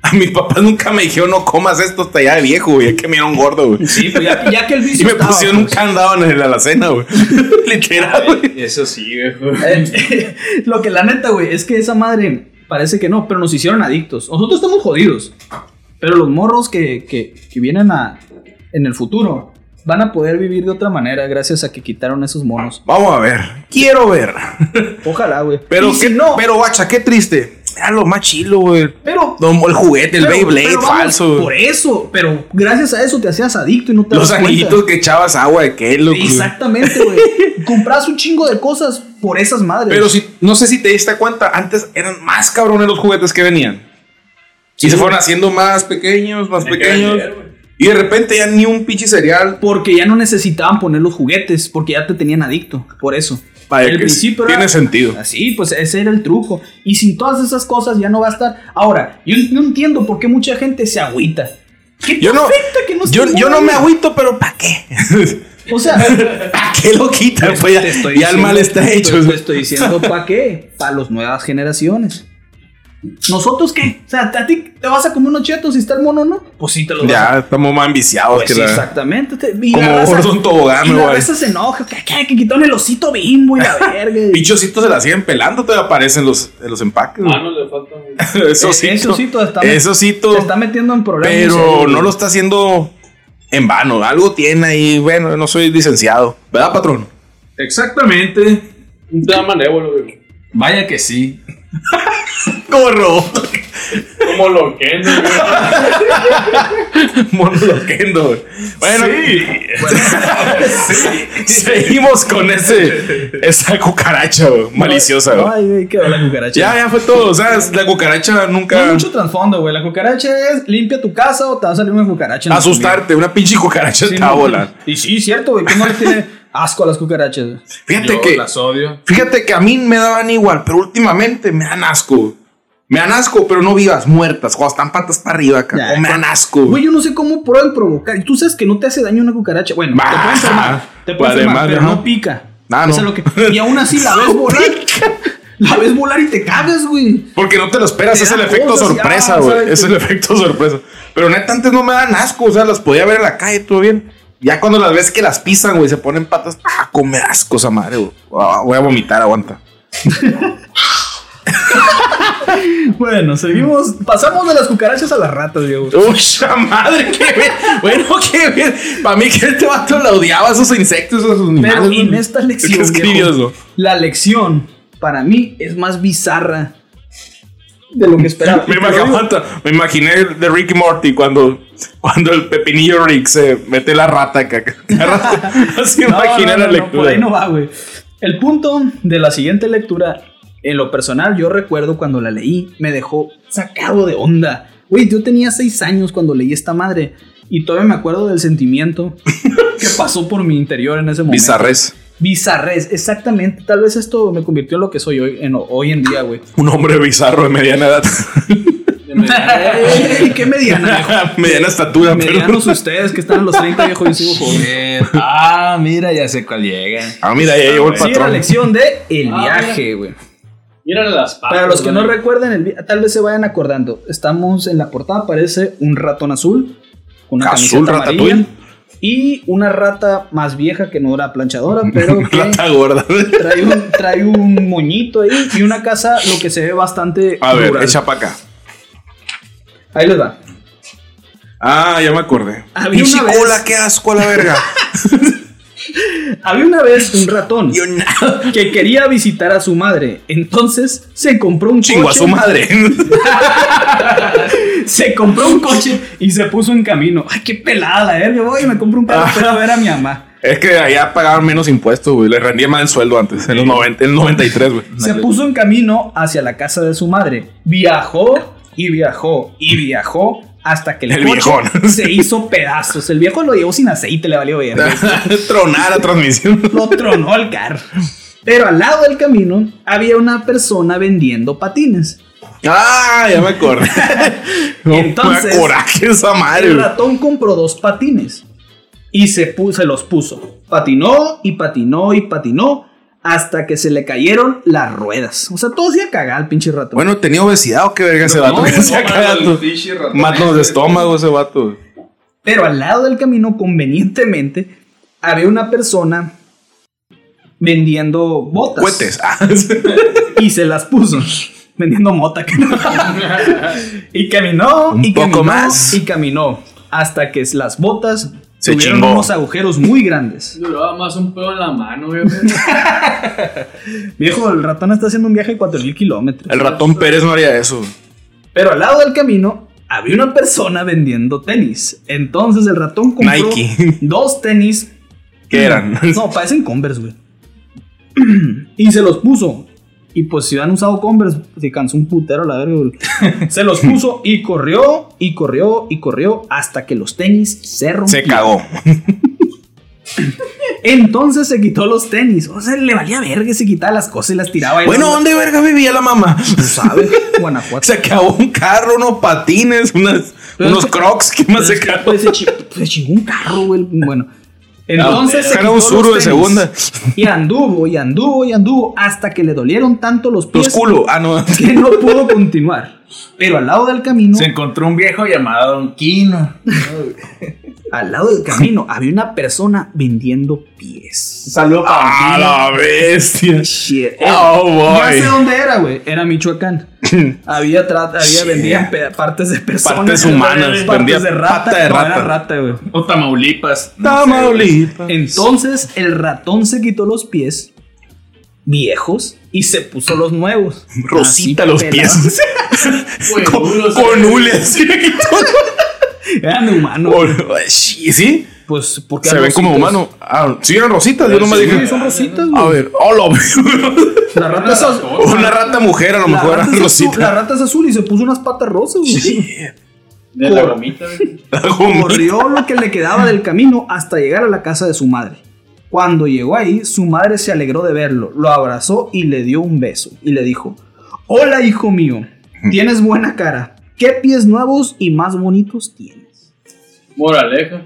S4: A mi papá nunca me dijeron no comas esto hasta ya de viejo, güey. Es que me dieron gordo, güey.
S3: sí, pues ya, ya que el
S4: Y
S3: vicio
S4: me
S3: estaba,
S4: pusieron un
S3: pues.
S4: candado en el alacena, güey. Literal, güey.
S5: Eso sí, viejo.
S3: Eh, lo que la neta, güey, es que esa madre parece que no, pero nos hicieron adictos. Nosotros estamos jodidos. Pero los morros que, que, que vienen a, en el futuro van a poder vivir de otra manera gracias a que quitaron esos monos.
S4: Vamos a ver. Quiero ver.
S3: Ojalá, güey.
S4: Pero
S3: Y
S4: qué,
S3: si no,
S4: pero guacha, qué triste. Era lo más chilo, güey.
S3: pero
S4: No, El juguete, el
S3: pero-
S4: Beyblade
S3: pero vamos,
S4: falso.
S3: Por eso, pero gracias a eso te hacías adicto y no te
S4: Los
S3: das cuenta.
S4: anillitos que echabas agua de qué, loco.
S3: Exactamente, güey. Compras un chingo de cosas por esas madres.
S4: Pero si, no sé si te diste cuenta, antes eran más cabrones los juguetes que venían. y se fueron haciendo más pequeños, más pequeños. Y de repente ya ni un pinche cereal.
S3: Porque ya no necesitaban poner los juguetes, porque ya te tenían adicto, por eso.
S4: Vaya
S3: El
S4: que
S3: principio era-
S4: tiene sentido.
S3: Así, pues ese era el truco. Y sin todas esas cosas ya no va a estar. Ahora, yo no entiendo por qué mucha gente se agüita. ¿Qué
S4: Yo
S3: te
S4: no,
S3: afecta que no esté
S4: yo, yo no
S3: bueno?
S4: me agüito, pero ¿pa' qué?
S3: O sea,
S4: ¿Pa' qué lo quitan? Pues ya,
S3: te estoy
S4: ya el
S3: diciendo-
S4: mal está
S3: te-
S4: hecho.
S3: Te estoy diciendo, ¿para qué? Para las nuevas generaciones. ¿Nosotros qué? O sea, ¿a ti te vas a comer unos chetos si está el mono, no? Pues sí, te lo vas a
S4: Ya estamos más ambiciados
S3: Pues
S4: que
S3: sí,
S4: la.
S3: exactamente. Te- y
S4: Como
S3: la raza-
S4: gordo en tobogán,
S3: Y la
S4: güey.
S3: raza se enoja. Que, que, que quitaron el osito bimbo y la verga. y-
S4: Pichositos se la siguen pelando, todavía aparecen los, en los empaques.
S5: Ah, no le falta.
S4: Eso sí.
S3: Eh, eso sí, todo está-
S4: Eso sí, todo.
S3: se está metiendo en problemas.
S4: Pero
S3: serios,
S4: no
S3: güey.
S4: lo está haciendo en vano. Algo tiene ahí. Bueno, no soy licenciado. ¿Verdad, patrón?
S6: Exactamente.
S5: Un tema malévolo, güey.
S6: Vaya que sí.
S4: Como robot.
S5: Como lo que no, güey.
S4: Mono loquendo, güey. Bueno, seguimos con ese, esa cucaracha güey, maliciosa. güey.
S3: Ay, güey, qué va la cucaracha.
S4: Ya, ya fue todo. O sea, la cucaracha
S3: No hay
S4: nunca.
S3: mucho trasfondo, güey. La cucaracha es limpia tu casa o te va a salir una cucaracha. en la
S4: Asustarte, una pinche cucaracha
S3: comida. Sí,
S4: está
S3: no,
S4: volando.
S3: Y sí, cierto, güey. que no le tiene asco a las cucarachas? güey?
S4: Fíjate
S6: Yo
S4: que.
S6: las odio.
S4: Fíjate que a mí me daban igual, pero últimamente me dan asco. Me dan asco, pero no vivas, muertas, cuando están patas para arriba acá.
S3: Ya,
S4: o me dan asco.
S3: Güey, yo no sé cómo pueden provocar. Tú sabes que no te hace daño una cucaracha. Bueno, te
S4: Bah.
S3: puede enfermar. Te puede
S4: Vale,
S3: enfermar,
S4: madre,
S3: pero no
S4: ajá.
S3: pica.
S4: Ah, no.
S3: Eso es lo que- Y aún así la ves volar. La ves volar y te cagas, güey.
S4: Porque no te lo esperas,
S3: Te
S4: es el
S3: dan
S4: efecto
S3: cosas y,
S4: sorpresa,
S3: ah,
S4: güey.
S3: ¿sabes?
S4: Es el efecto sorpresa. Pero neta, antes no me dan asco, o sea, las podía ver en la calle, todo bien. Ya cuando las ves que las pisan, güey, se ponen patas, ah, come asco esa madre, güey. Ah, voy a vomitar, aguanta.
S3: Bueno, seguimos. Pasamos de las cucarachas a las ratas, Diego.
S4: Uy, la madre, qué bien. Bueno, qué bien. Para mí que este vato la odiaba, esos insectos, esos animales.
S3: Pero en
S4: güey.
S3: esta lección.
S4: ¿Qué escribió
S3: viejo,
S4: eso?
S3: La lección para mí es más bizarra de lo que esperaba.
S4: Me
S3: Y te lo
S4: imagino,
S3: digo,
S4: aguanta, me imaginé el de Ricky Morty cuando, cuando el pepinillo Rick se mete la rata acá. Así
S3: No,
S4: imaginé
S3: no, no, no,
S4: la
S3: por
S4: lectura.
S3: ahí no va, güey. El punto de la siguiente lectura, en lo personal, yo recuerdo cuando la leí, me dejó sacado de onda. Güey, yo tenía seis años cuando leí esta madre y todavía me acuerdo del sentimiento que pasó por mi interior en ese momento.
S4: Bizarrés.
S3: Bizarrés, exactamente. Tal vez esto me convirtió en lo que soy hoy en, hoy en día, güey.
S4: Un hombre bizarro de mediana edad.
S3: Ey, ¡Qué mediana! viejo.
S4: mediana estatura,
S3: Medianos
S4: pero.
S3: ustedes que están en los 30, viejo, yo sigo joven.
S6: ah, mira, ya sé cuál llega.
S4: Ah, mira, ya llegó el
S3: Sí, la
S4: patrón.
S3: lección de El
S5: Ah,
S3: viaje, güey.
S5: Mírale las
S6: Ah,
S5: patas.
S3: Para
S6: pues
S3: los que no
S5: güey.
S3: recuerden, el vi- tal vez se vayan acordando. Estamos en la portada, aparece un ratón azul con una
S4: Azul,
S3: camiseta
S4: ratatouille.
S3: amarilla y una rata más vieja que no era planchadora, pero que
S4: Plata gorda.
S3: trae un, trae un moñito ahí y una casa, lo que se ve bastante
S4: A ver,
S3: rural.
S4: echa para acá.
S3: Ahí les va.
S4: Ah, ya me acordé.
S3: Había
S4: Pinche
S3: una vez-
S4: cola, qué asco a la verga.
S3: Había una vez un ratón
S4: Yo na-
S3: que quería visitar a su madre, entonces se compró un
S4: Chingo a
S3: coche.
S4: su madre.
S3: Se compró un coche y se puso en camino. Ay, qué pelada la verga, voy y me compro un carro para ver a mi mamá.
S4: Es que allá pagaban menos impuestos, güey. Le rendía más el sueldo antes, en los 90, en el 93, güey.
S3: Se puso en camino hacia la casa de su madre. Viajó y viajó y viajó hasta que el,
S4: El
S3: coche
S4: viejón.
S3: se hizo pedazos. El viejo lo llevó sin aceite, le valió verga.
S4: Tronar la transmisión.
S3: Lo tronó el carro. Pero al lado del camino había una persona vendiendo patines.
S4: Ah, ya me acordé. No,
S3: Entonces-
S4: me da coraje esa madre.
S3: El
S4: güey.
S3: ratón compró dos patines y se, pu- se los puso. Patinó y patinó y patinó hasta que se le cayeron las ruedas. O sea, todo hacía cagar al pinche ratón.
S4: Bueno, tenía obesidad o qué verga ese vato. que se
S5: no,
S4: acaba
S5: no,
S4: tu-
S5: pinche ratón.
S4: Matos de estómago ese vato. güey.
S3: Pero al lado del camino, convenientemente, había una persona vendiendo botas.
S4: Cohetes. Ah, sí.
S3: Y se las puso. Vendiendo mota. que no. y caminó
S4: Un
S3: y
S4: poco
S3: caminó
S4: más.
S3: y caminó. Hasta que las botas
S4: Se
S3: tuvieron
S4: chingó.
S3: unos agujeros muy grandes.
S5: Le daba más un pedo en la mano, viejo.
S3: Viejo, el ratón está haciendo un viaje de 4000 kilómetros.
S4: El ratón Pérez no haría eso.
S3: Pero al lado del camino había una persona vendiendo tenis. Entonces el ratón compró
S4: Nike.
S3: dos tenis.
S4: ¿Qué eran?
S3: No, parecen Converse, güey. Y se los puso. Y pues si han usado Converse, se cansó un putero la verga, güey. Se los puso y corrió, y corrió, y corrió hasta que los tenis se
S4: Se
S3: rompieron.
S4: cagó.
S3: Entonces se quitó los tenis. O sea, le valía verga, se quitaba las cosas y las tiraba.
S4: Bueno, ¿dónde verga vivía la mamá?
S3: tú sabes, Guanajuato.
S4: Se acabó un carro, unos patines, unas-
S3: Pero
S4: unos
S3: es que-
S4: crocs. ¿Qué
S3: Pero
S4: más se
S3: es que,
S4: cagó?
S3: pues, se, chi- pues, se chingó un carro, güey. Bueno. Entonces se
S4: Era
S3: quitó
S4: un suru de
S3: los tenis
S4: segunda.
S3: Y anduvo, y anduvo, y anduvo. Hasta que le dolieron tanto los pies
S4: Los culo. Ah, no.
S3: que no pudo continuar. Pero al lado del camino,
S6: Se encontró un viejo llamado Don Quino.
S3: al lado del camino, había una persona vendiendo pies.
S6: Saludos
S4: A Ah, la bestia.
S3: Shit.
S4: Oh,
S3: ya sé
S4: boy.
S3: dónde era, güey. Era Michoacán. había tra- había
S4: Shit.
S3: vendían pe- partes de personas.
S4: Partes humanas.
S3: Partes
S4: Vendía
S3: de rata.
S4: pata de
S3: No, era
S4: rata.
S3: rata, güey.
S5: O Tamaulipas.
S4: Tamaulipas.
S3: Entonces el ratón se quitó los pies viejos y se puso los nuevos.
S4: Rosita
S3: Así
S4: los
S3: pelado.
S4: pies.
S5: Güey,
S4: Con
S5: duro, sí.
S4: con hule así.
S3: Eran humanos.
S4: ¿Sí? ¿Sí?
S3: Pues porque
S4: Se
S3: eran
S4: ven como
S3: rositas.
S4: humano. Ah, sí, eran rositas. Yo nomás
S5: Sí,
S4: dije. "Ah,
S5: son
S3: rositas,
S4: A
S3: güey.
S4: ver, hola.
S3: La rata es azul.
S4: Una rata mujer a lo
S3: La
S4: mejor era
S3: rata, es azul, la
S4: rosita.
S3: rata es azul y se puso unas patas rosas. güey.
S5: De la gomita, güey.
S4: La gomita.
S3: Corrió lo que le quedaba del camino hasta llegar a la casa de su madre. Cuando llegó ahí, su madre se alegró de verlo, lo abrazó y le dio un beso y le dijo, hola hijo mío, tienes buena cara, ¿qué pies nuevos y más bonitos tienes?
S5: Moraleja.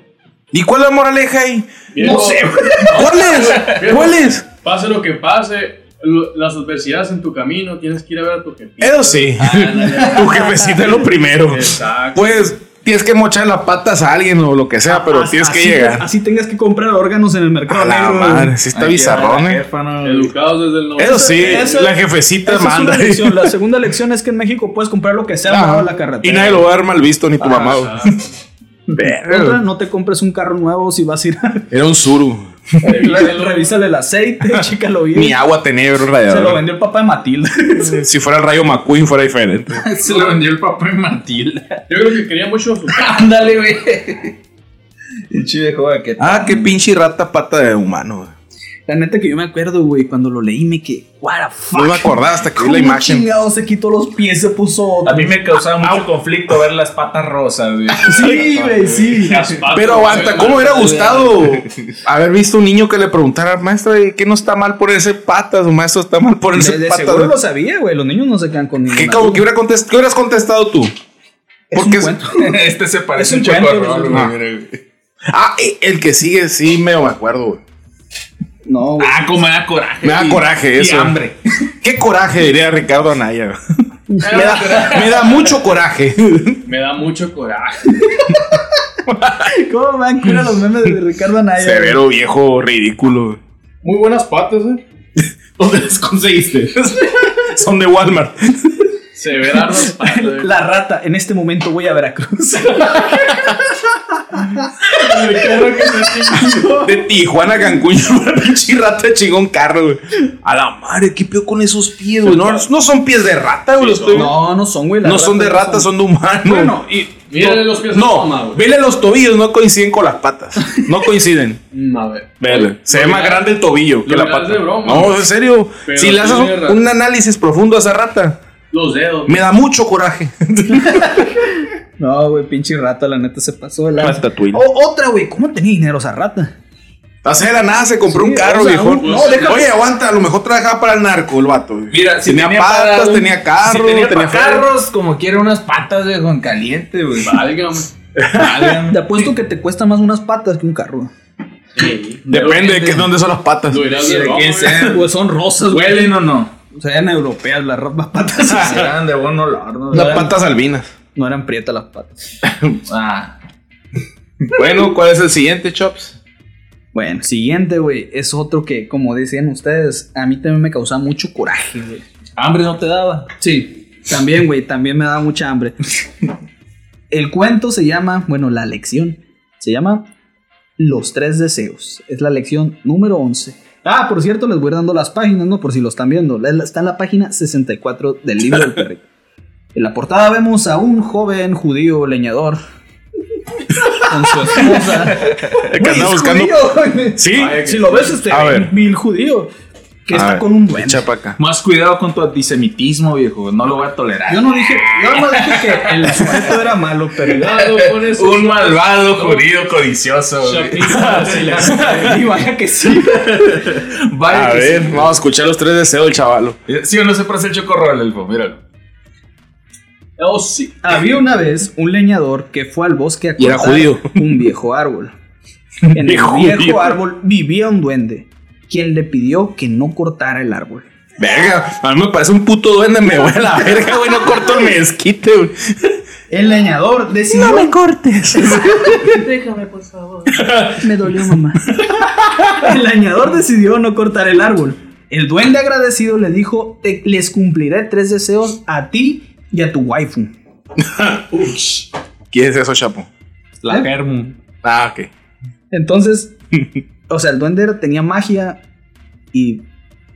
S4: ¿Y cuál es la moraleja ahí?
S5: Viejo,
S4: ¿Cuál es? ¿Cuál es?
S5: Pase lo que pase, lo- las adversidades en tu camino, tienes que ir a ver a tu jefe.
S4: Eso sí.
S3: Ah,
S4: Tu jefecita es lo primero.
S5: Exacto.
S4: Pues tienes que mochar las patas a alguien o lo que sea, pero
S3: As-
S4: tienes
S3: Ah,
S4: que
S3: así-
S4: llegar.
S3: Así tengas que comprar órganos en el mercado
S4: A la
S3: negro.
S4: madre, sí está bizarrón, eh.
S5: Educados desde el 90.
S4: Eso sí,
S3: Eso-
S4: la jefecita
S3: Esa es
S4: manda.
S3: una lección. La segunda lección es que en México puedes comprar lo que sea al lado de la
S4: Ajá.
S3: carretera.
S4: Y nadie lo va a dar mal visto ni tu mamá. güey.
S3: Otra, no te compres un carro nuevo si vas a ir. a-
S4: Era un suru.
S3: Revísale el aceite, chécalo bien.
S4: Mi agua tenía un
S3: Se lo
S4: radiador.
S3: vendió el papá de Matilda.
S4: Si fuera el rayo McQueen fuera diferente.
S6: Se lo vendió el papá y Matilda.
S5: Yo creo que quería mucho su
S6: Ándale, güey.
S7: El chive joven que.
S4: Ah, qué pinche rata pata de humano. güey.
S3: La neta que yo me acuerdo, güey, cuando lo leí me que what the fuck.
S4: No me acordaba hasta que vi
S3: ¿Cómo
S4: la imagen.
S3: chingado se quitó los pies, se puso
S6: A
S3: otro?
S6: mí me causaba mucho conflicto ver las patas rosas, güey.
S3: Sí, güey, sí.
S4: Pero aguanta, ¿cómo hubiera gustado haber visto un niño que le preguntara, maestro, ¿y ¿qué no está mal ponerse patas? O maestro, está mal ponerse
S3: De, de
S4: patas.
S3: seguro lo sabía, güey. Los niños no se quedan con
S4: ¿Qué,
S3: ninguna
S4: como
S3: duda.
S4: que hubiera contest- ¿Qué hubieras contestado tú?
S3: Es un
S4: Porque es-
S3: cuento.
S6: Este se
S3: Es
S6: parece
S3: un
S6: un
S3: cuento,
S6: chocorrol,
S3: no.
S6: güey.
S4: Ah, y el que sigue, sí, me me acuerdo, güey.
S3: No, güey.
S6: Ah, como me da coraje.
S4: Me da
S6: y-
S4: coraje eso.
S6: Y hambre.
S4: Qué coraje, diría Ricardo Anaya. me, da, me da mucho coraje.
S5: Me da mucho coraje.
S3: ¿Cómo van cura los memes de Ricardo Anaya? güey?
S4: Severo, viejo, ridículo.
S5: Muy buenas patas, eh.
S6: ¿Dónde las conseguiste?
S4: Son de Walmart.
S5: Se ve dar las patas. güey.
S3: La rata, en este momento voy a Veracruz.
S5: El carro que se chingó.
S4: De Tijuana a Cancún, una pinche rata chingó un carro, güey. A la madre, ¿qué pedo con esos pies, güey? No, no son pies de rata, güey. los estoy- no,
S3: No, no son, güey. las ratas
S4: son de rata, son de humano.
S6: Bueno, y.
S5: Mírale los pies a su mamá,
S4: no,
S5: güey.
S4: vele los tobillos, no coinciden con las patas. No coinciden.
S5: Mm, A ver.
S4: Vele. Se ve
S5: Lo
S4: más
S5: dirás-
S4: grande el tobillo que la
S5: dirás
S4: pata.
S5: de broma.
S4: no, en serio.
S5: Pero
S4: si le haces un,
S5: tiene razón.
S4: un análisis profundo a esa rata,
S5: Los dedos.
S4: me da mucho coraje.
S3: No, güey, pinche rata, la neta se pasó de la.
S4: Ratatouille.
S3: O- otra, güey, ¿cómo tenía dinero esa rata?
S4: Hace de la nada, se compró
S3: Sí,
S4: un carro,
S3: o sea,
S4: viejo.
S3: un- no, déjame-
S4: Oye, aguanta, a lo mejor trabajaba para el narco el vato. güey.
S6: Mira, si
S4: tenía,
S6: tenía
S4: patas,
S6: para un-
S4: tenía carro,
S6: si tenía
S4: tenía
S6: para
S7: Carros, como quiera, unas patas, güey, con caliente, güey.
S5: Válgame.
S3: Te apuesto que te cuesta más unas patas que un carro.
S4: Depende de qué, dónde son las patas.
S5: Lo dirás
S7: Sí,
S5: de
S7: de
S5: broma,
S7: quién
S5: güey.
S7: sea.
S3: Pues son rosas, güey.
S6: ¿Huelen o no?
S3: O sea, eran europeas las ro- las patas.
S7: Si eran de buen olor, ¿no?
S4: Las patas albinas.
S3: No eran prietas las patas.
S7: Ah,
S4: Bueno, ¿cuál es el siguiente, Chops?
S3: Bueno, siguiente, güey. Es otro que, como decían ustedes, a mí también me causaba mucho coraje, güey.
S7: hambre no te daba.
S3: Sí, también, güey, también me da mucha hambre. El cuento se llama, bueno, la lección se llama Los tres deseos. Es la lección número 11. Ah, por cierto, les voy a ir dando las páginas, ¿no? Por si lo están viendo. La- la- Está en la página 64 del libro del perrito. En la portada vemos a un joven judío leñador. Con su esposa.
S4: que
S3: Güey,
S4: andaba
S3: es
S4: buscando-
S3: judío, güey.
S4: Sí.
S3: Ay, Si lo ves, este
S4: A ver.
S3: mil judío. Que
S4: A
S3: está
S4: ver,
S3: con un duende.
S4: Echa pa' acá.
S7: Más cuidado con tu antisemitismo, viejo. No lo voy a tolerar.
S3: Yo no dije, yo no dije que el sujeto era malo, pero
S5: Cuidado con eso.
S6: Un malvado judío codicioso. güey.
S3: y vaya que sí.
S7: Vaya
S4: A
S7: que sí.
S4: ver, vamos a escuchar los tres deseos del chavalo.
S6: Sí o no se parece el chocorro del elfo, míralo.
S5: Oh, sí.
S3: Había una vez un leñador que fue al bosque a
S4: Y era
S3: cortar
S4: judío.
S3: un viejo árbol. En el
S4: Viejo
S3: viejo
S4: judío.
S3: árbol vivía un duende, quien le pidió que no cortara el árbol.
S4: Verga, a mí me parece un puto duende, me voy a la verga, güey, no corto el mezquite, güey.
S3: El leñador decidió... No me cortes.
S8: Déjame, por favor.
S3: Me dolió mamá. El leñador decidió no cortar el árbol. El duende agradecido le dijo, "Te- les cumpliré tres deseos a ti y a tu waifu.
S4: ¿Quién es eso, chapo?
S7: La Germu.
S4: Ah, ok.
S3: ¿Eh? Entonces, o sea, el duende era- tenía magia y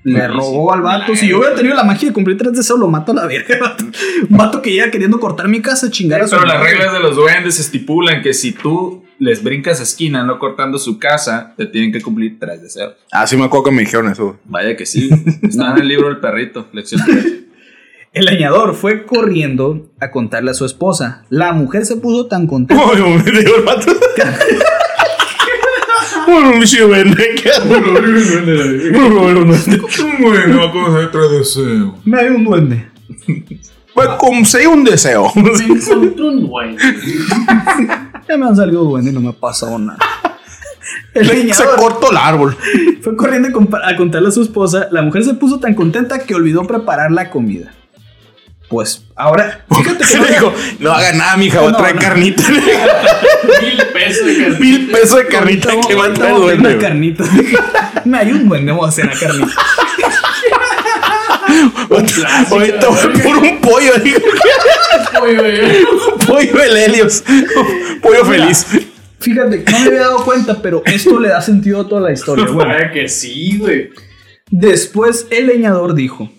S3: le robó al vato. Si yo hubiera tenido la magia de cumplir tres deseos, lo mato a la verga. vato. Un vato que llega queriendo cortar mi casa, chingar a su
S7: Pero las
S3: madre.
S7: reglas de los duendes estipulan que si tú les brincas esquina no cortando su casa, te tienen que cumplir tres deseos.
S4: Ah, sí me acuerdo que me dijeron eso, güey.
S7: Vaya que sí. Está en el libro El Perrito, lección tres.
S3: El leñador fue corriendo a contarle a su esposa. La mujer se puso tan contenta.
S4: Uy, un video, el vato. Bueno, un chido duende, ¿qué? Bueno, bueno, duende.
S6: Bueno, vamos a hacer tres deseos.
S3: Me hay un duende.
S4: Pues conseguí un deseo.
S5: Me encontré un duende.
S3: Ya me han salido duende y no me ha pasado nada. El
S4: Se
S3: leñador
S4: cortó el árbol.
S3: fue corriendo a compa- a contarle a su esposa. La mujer se puso tan contenta que olvidó preparar la comida. Pues ahora, fíjate que
S4: Se
S3: no
S4: le
S3: era-
S4: dijo, no haga nada, mija, va a
S3: No,
S4: traer
S3: no.
S4: carnita.
S5: Mil pesos.
S4: Mil pesos de carnita
S3: Ahorita
S4: que va a
S3: vamos-
S4: traer el
S3: vamos hacer
S4: duende.
S3: Una
S4: güey.
S3: carnita. Me hay un duende, vamos a hacer una carnita.
S4: Ahorita voy por un pollo, dijo. Pollo el Helios. Pollo feliz.
S3: Fíjate, no me había dado cuenta, pero esto le da sentido a toda la historia. Bueno,
S5: Vaya que sí, güey.
S3: después el leñador dijo: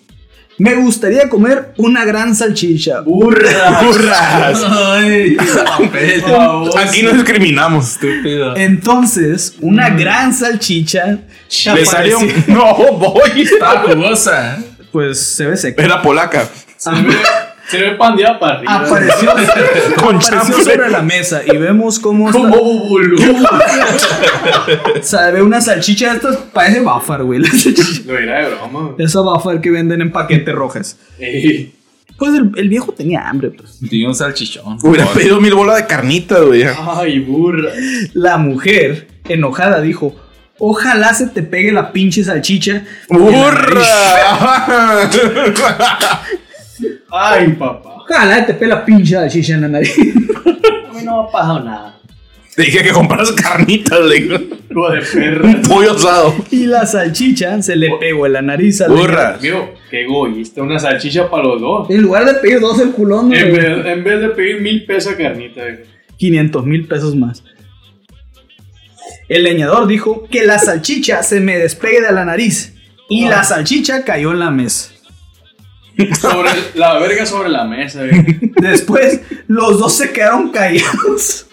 S3: Me gustaría comer una gran salchicha.
S5: Burra.
S4: Burras. Aquí no discriminamos.
S3: Entonces, una gran salchicha.
S4: Le salió un. No, voy.
S7: Estaba jugosa.
S3: Pues se ve seca.
S4: Era polaca.
S5: Se ve pandeada para arriba.
S3: Ah, Apareció,
S4: Con
S3: apareció
S4: chamfle.
S3: sobre la mesa y vemos cómo está-
S5: ¿Cómo boludo?
S3: se ve una salchicha de estas. Parece bafar, güey. la salchicha.
S5: Lo dirá de broma.
S3: Esa bafar que venden en paquetes rojas.
S5: Ey,
S3: Pues el, el viejo tenía hambre, pues.
S7: Y un salchichón.
S4: Hubiera pedido mil bolas de carnitas, güey.
S5: Ay, burra.
S3: La mujer, enojada, dijo: Ojalá se te pegue la pinche salchicha.
S4: ¡Burra!
S5: Ay, papá.
S3: Ojalá se te pegue la pinche salchicha en la nariz.
S5: A mí no me ha pasado nada.
S4: Te dije que compras carnitas, le digo.
S5: Hijo de perra.
S4: Un pollo asado.
S3: y la salchicha se le pegó en la nariz al
S4: Burras.
S5: Amigo, qué egoísta. Una salchicha para los dos.
S3: En lugar de pedir dos el culón,
S5: En vez, en vez de pedir mil pesos de carnita, güey.
S3: 500 mil pesos más. El leñador dijo que la salchicha se me despegue de la nariz. Y la salchicha cayó en la mesa.
S5: Sobre la verga sobre la mesa, güey.
S3: Después, los dos se quedaron callados.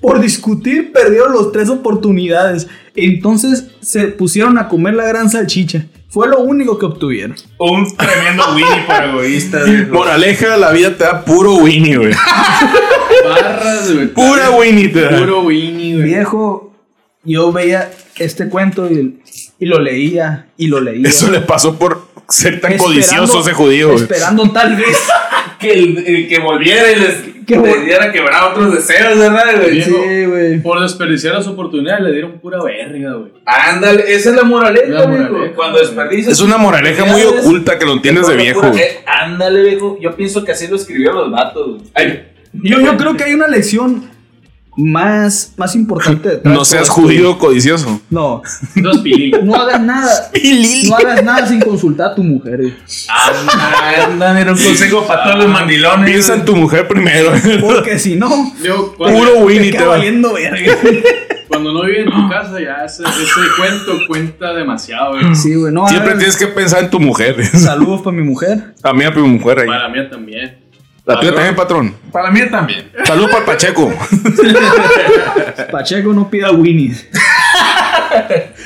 S3: Por discutir, perdieron los tres oportunidades. Entonces se pusieron a comer la gran salchicha. Fue lo único que obtuvieron.
S6: Un tremendo Winnie por egoísta.
S4: Moraleja, la vida te da puro Winnie, güey.
S5: Barras, güey.
S4: Pura Winnie te da.
S5: Puro Winnie, güey.
S3: Viejo, yo veía este cuento y, y lo leía y lo leía.
S4: Eso le pasó por ser tan
S3: Esperando-
S4: codicioso ese judío, güey.
S3: Esperando tal vez.
S6: Que, que volviera y les,
S3: Que vol-
S6: diera quebrar otros deseos, ¿verdad? güey?
S5: Viejo,
S3: Sí, güey.
S5: Por desperdiciar las oportunidades le dieron pura verga, güey.
S6: Ándale, esa es la moraleja,
S5: La
S6: viejo.
S5: moraleja.
S6: Cuando desperdicias.
S4: Es una moraleja muy
S6: oportunidades,
S4: oculta que lo entiendes de
S6: Pura-
S4: viejo,
S6: pura-
S4: güey.
S6: eh, Ándale, viejo. Yo pienso que así lo escribieron los vatos. güey.
S5: Ay,
S3: Yo, yo creo que hay una lección más, más importante. detrás de
S4: No seas
S3: todo esto.
S4: judío codicioso.
S3: No,
S5: dos pilillos.
S3: no hagas nada. No hagas nada sin consultar a tu mujer. güey.
S7: Anda, mira un consejo para todos los mandilones.
S4: Piensa en tu mujer primero.
S3: Porque si no,
S5: Viejo, ¿cuál-
S4: Puro
S3: te
S4: Winnie te
S3: queda
S4: va.
S3: valiendo verga.
S5: Cuando no vive en tu casa, ya ese, ese cuento cuenta demasiado, güey.
S3: Sí, güey, no.
S4: Siempre
S3: hagan-
S4: tienes que pensar en tu mujer.
S3: Saludos para mi mujer.
S4: A mí, a mi mujer ahí.
S5: Para mí también.
S4: La tuya también, patrón.
S7: Para mí también.
S4: Salud para Pacheco. Eh.
S3: Pacheco no pida Winnie's.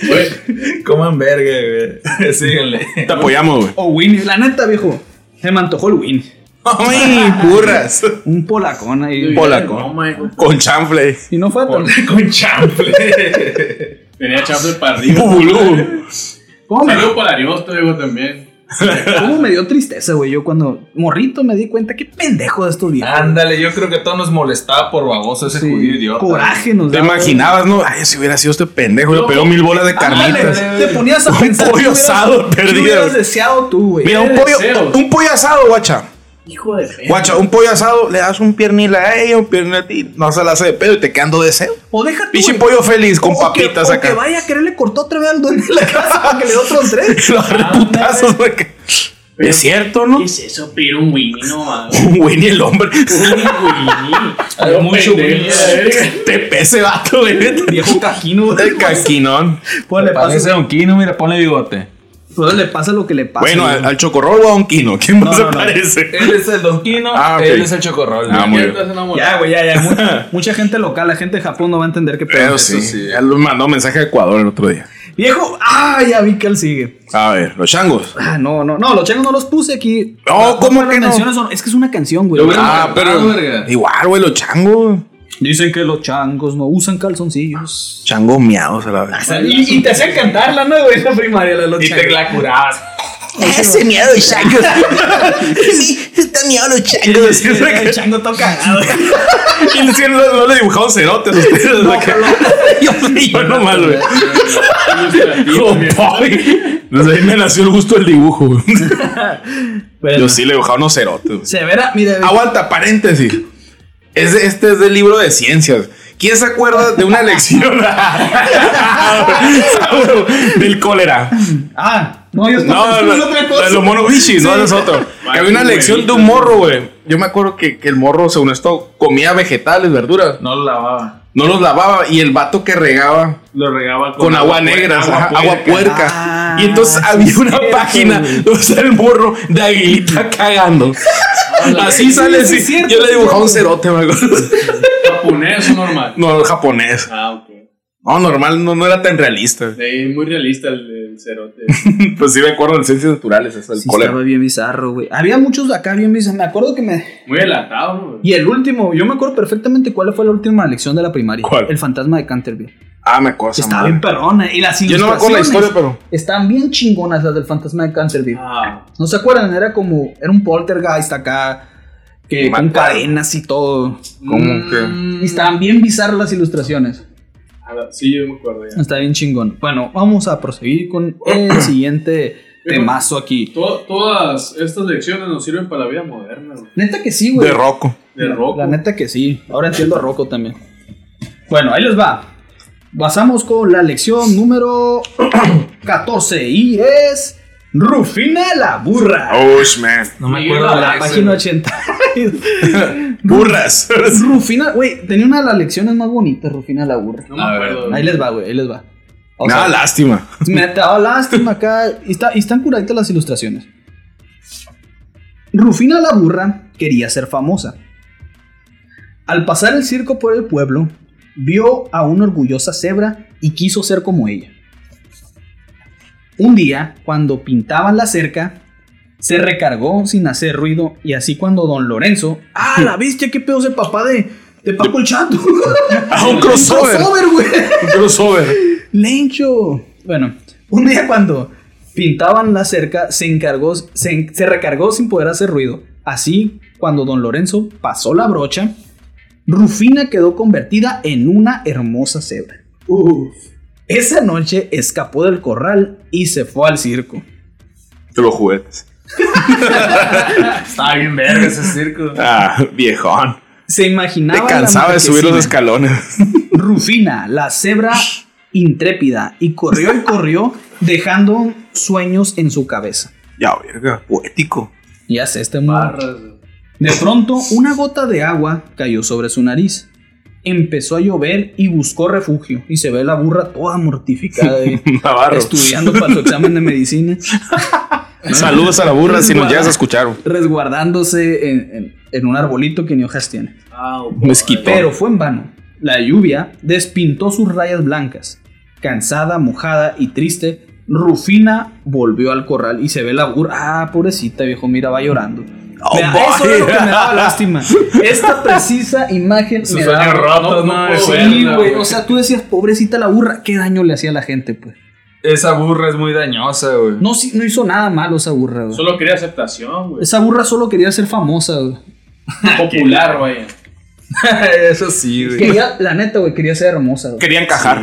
S5: Güey,
S7: Coman verga, güey. Síganle.
S4: Te apoyamos, güey.
S3: O Winnie's, la neta, viejo. Se me antojó el Winnie's.
S4: Ay, burras.
S3: Un polacón ahí.
S5: No,
S4: Polaco.
S5: Michael.
S4: Con chanfle.
S3: Y no fue tan.
S7: Con chample.
S5: Tenía chambre para arriba.
S4: Bubulú.
S3: ¿Cómo me,
S5: Salud para Ariosto, digo, también.
S3: cómo me dio tristeza, güey? Yo cuando morrito me di cuenta qué pendejo de estos viejos.
S7: Ándale, yo creo que todos nos molestaba por baboso ese
S3: Sí,
S7: Ah, judío idiota.
S3: Coraje nos
S4: Te
S3: daba,
S4: imaginabas, ¿no? Ay, si hubiera sido este pendejo, le pegó mil bolas de carnitas.
S3: Ah, güey. Te ponías a
S4: Un
S3: pensar.
S4: pollo
S3: qué hubieras-
S4: asado
S3: qué
S4: perdido.
S3: hubieras deseado tú, güey.
S4: Mira, un pollo,
S5: deseos.
S4: un pollo asado, guacha.
S8: Hijo de fe.
S4: Guacha, un pollo asado, le das un piernil a ella, un piernil a ti, no se la hace de pedo y te quedan dos deseos.
S3: O deja tú,
S4: Pinche
S3: güey.
S4: pollo feliz con
S3: O
S4: papitas
S3: que,
S4: acá.
S3: O que vaya a quererle cortó otra vez al dueño de la casa para que le dé otros tres.
S4: Los reputazos, güey. que- Es cierto, ¿no?
S5: ¿Qué es eso? Pedir un Winnie nomás.
S4: Un Winnie el hombre.
S5: Un
S7: Hay mucho
S5: Winnie.
S4: Te pese vato, güey.
S3: Viejo cajino, güey.
S4: El caquinón.
S3: Pues le pasa,
S7: Parece Don Quino, mira, ponle bigote.
S3: pues le pasa lo que le pasa.
S4: Bueno,
S3: güey.
S4: al, al chocorrol o a un quino. ¿Quién más se
S3: no, Eh, no.
S4: parece?
S7: Él es el Don Quino,
S4: Ah, ok.
S7: él es el chocorrol.
S4: Ah, muy bien.
S5: Estás enamorado.
S3: Ya, güey, ya, ya. Mucha, mucha gente local, la gente de Japón no va a entender qué pedo.
S4: Pero
S3: es
S4: sí,
S3: eso.
S4: ya lo mandó mensaje a Ecuador el otro día.
S3: Viejo, ah, ya vi que él sigue.
S4: A ver, los changos.
S3: Ah, no, no, no, los changos no los puse aquí. Ah,
S4: No,
S3: La-
S4: ¿cómo
S3: las
S4: que no?
S3: canciones son- es que es una canción, güey.
S4: Ah, pero. Igual, güey, los changos.
S3: Dicen que los changos no usan calzoncillos.
S4: Changos miados a la vez.
S3: Y, y te hacían cantarla, ¿no, güey? La primaria, la de los
S7: Y te
S3: changos.
S7: la curabas.
S4: Ese miado de changos. Está miado los changos.
S3: El chango toca.
S4: Y le hicieron- no, no le dibujaron cerotes a ustedes. ¿verdad? yo, yo nomás, güey. Oh, boy. Desde ahí me nació el gusto del dibujo. güey.
S3: Bueno,
S4: Yo Ah, sí le dibujaba unos cerotes. güey.
S3: Severa, mira,
S4: Aguanta, paréntesis. Es de- este es del libro de ciencias. ¿Quién se acuerda de una lección del cólera?
S3: Ah, no, yo
S4: No, no, de los monos bichis, no de los otros. Que había una lección de un morro, güey. Yo me acuerdo que, que el morro, según esto, comía vegetales, verduras.
S7: No lo lavaba.
S4: No los lavaba y el vato que regaba
S5: Lo regaba
S4: con, agua, negra, ajá, agua, puerca.
S3: Ah,
S4: y entonces
S3: sí
S4: había
S3: es
S4: una
S3: cierto,
S4: página
S3: güey.
S4: donde está el morro de Aguilita cagando. Así sale,
S3: sí,
S4: sí,
S3: es cierto,
S4: yo le dibujaba un
S3: sí, güey.
S4: cerote, me acuerdo.
S5: Japonés normal.
S4: No, japonés.
S5: Ah, ok.
S4: No, normal, no, no era tan realista.
S5: De ahí muy realista el, el cerote.
S4: Pues sí me acuerdo de ciencias naturales, es el
S3: Sí,
S4: cólera.
S3: estaba bien bizarro, güey. Había muchos de acá bien bizarros. Me acuerdo que me.
S5: Muy delatado, güey.
S3: Y el último, yo me acuerdo perfectamente cuál fue la última lección de la primaria.
S4: ¿Cuál?
S3: El fantasma de Canterville.
S4: Ah, me acuerdo. esa
S3: Está
S4: madre.
S3: bien perrona. Y las
S4: Yo no me acuerdo la
S3: ilustraciones
S4: historia, pero.
S3: Están bien chingonas las del fantasma de Canterville.
S5: Ah,
S3: ¿No se acuerdan? Era como. Era un poltergeist acá. Que, con
S4: Matado.
S3: cadenas y todo.
S5: Mm.
S4: ¿Cómo que?
S3: Y estaban bien bizarras las ilustraciones.
S5: a ver, Ah, sí, yo me acuerdo ya.
S3: Está bien chingón. Bueno, vamos a proseguir con el siguiente temazo aquí.
S5: To- todas estas lecciones nos sirven para la vida moderna, güey.
S3: Neta que sí, güey.
S4: De Rocco.
S5: De
S3: La-
S5: rock.
S3: La neta que sí. Ahora entiendo a Rocco también. Bueno, ahí les va. Pasamos con la lección número 14 y es Rufina la burra.
S4: Oh, man.
S7: No me
S5: Sí,
S7: acuerdo de
S5: la
S3: la
S7: ese,
S3: página
S7: güey.
S3: 80.
S4: Burras.
S3: Rufina, güey, tenía una de las lecciones más bonitas, Rufina la burra.
S5: No me
S7: A ver,
S5: acuerdo.
S3: Ahí les va, güey, ahí les va. O
S4: Nada,
S3: sea,
S4: lástima.
S3: Me ha dado lástima acá. Y, está- y están curaditas las ilustraciones. Rufina la burra quería ser famosa. Al pasar el circo por el pueblo, vio a una orgullosa cebra y quiso ser como ella. Un día, cuando pintaban la cerca, se recargó sin hacer ruido y así cuando don Lorenzo... ¡Ah, la bestia! ¿Qué pedo ese papá de, de Paco el Chato?
S4: Ah, un crossover.
S3: crossover, güey!
S4: Un crossover.
S3: Lencho. Bueno, un día cuando pintaban la cerca, se encargó, se, en- se recargó sin poder hacer ruido. Así, cuando don Lorenzo pasó la brocha, Rufina quedó convertida en una hermosa cebra. Esa noche escapó del corral y se fue al circo.
S4: De los juguetes.
S7: Estaba bien verga ese circo.
S4: Ah, viejón.
S3: Se imaginaba.
S4: Te
S3: la
S4: cansaba de subir los
S3: marquesina.
S4: escalones.
S3: Rufina, la cebra intrépida, y corrió y corrió, dejando sueños en su cabeza.
S4: Ya, verga, poético.
S3: Ya sé, este morro. De pronto, una gota de agua cayó sobre su nariz. empezó a llover y buscó refugio. Y se ve la burra toda mortificada ahí,
S4: Navarro.
S3: estudiando para su examen de medicina,
S4: Saludos a la burra si nos llegas a escuchar.
S3: resguardándose en, en- en un arbolito que ni hojas tiene.
S4: Mezquito.
S3: Pero fue en vano. La lluvia despintó sus rayas blancas. Cansada, mojada y triste, Rufina volvió al corral y se ve la burra. Ah, pobrecita, viejo, mira, va llorando. Vea, eso es lo que me daba lástima. Esta precisa imagen me daba-
S5: rotos,
S3: no, sí, güey. O sea, tú decías, pobrecita la burra, ¿qué daño le hacía a la gente, pues?
S7: Esa burra es muy dañosa, güey.
S3: No, sí, no hizo nada malo esa burra, güey.
S5: Solo quería aceptación, güey.
S3: Esa burra solo quería ser famosa, güey.
S5: Popular, vaya.
S7: Eso sí, güey.
S3: Quería, la neta, güey, quería ser hermosa, güey.
S4: Querían cajar.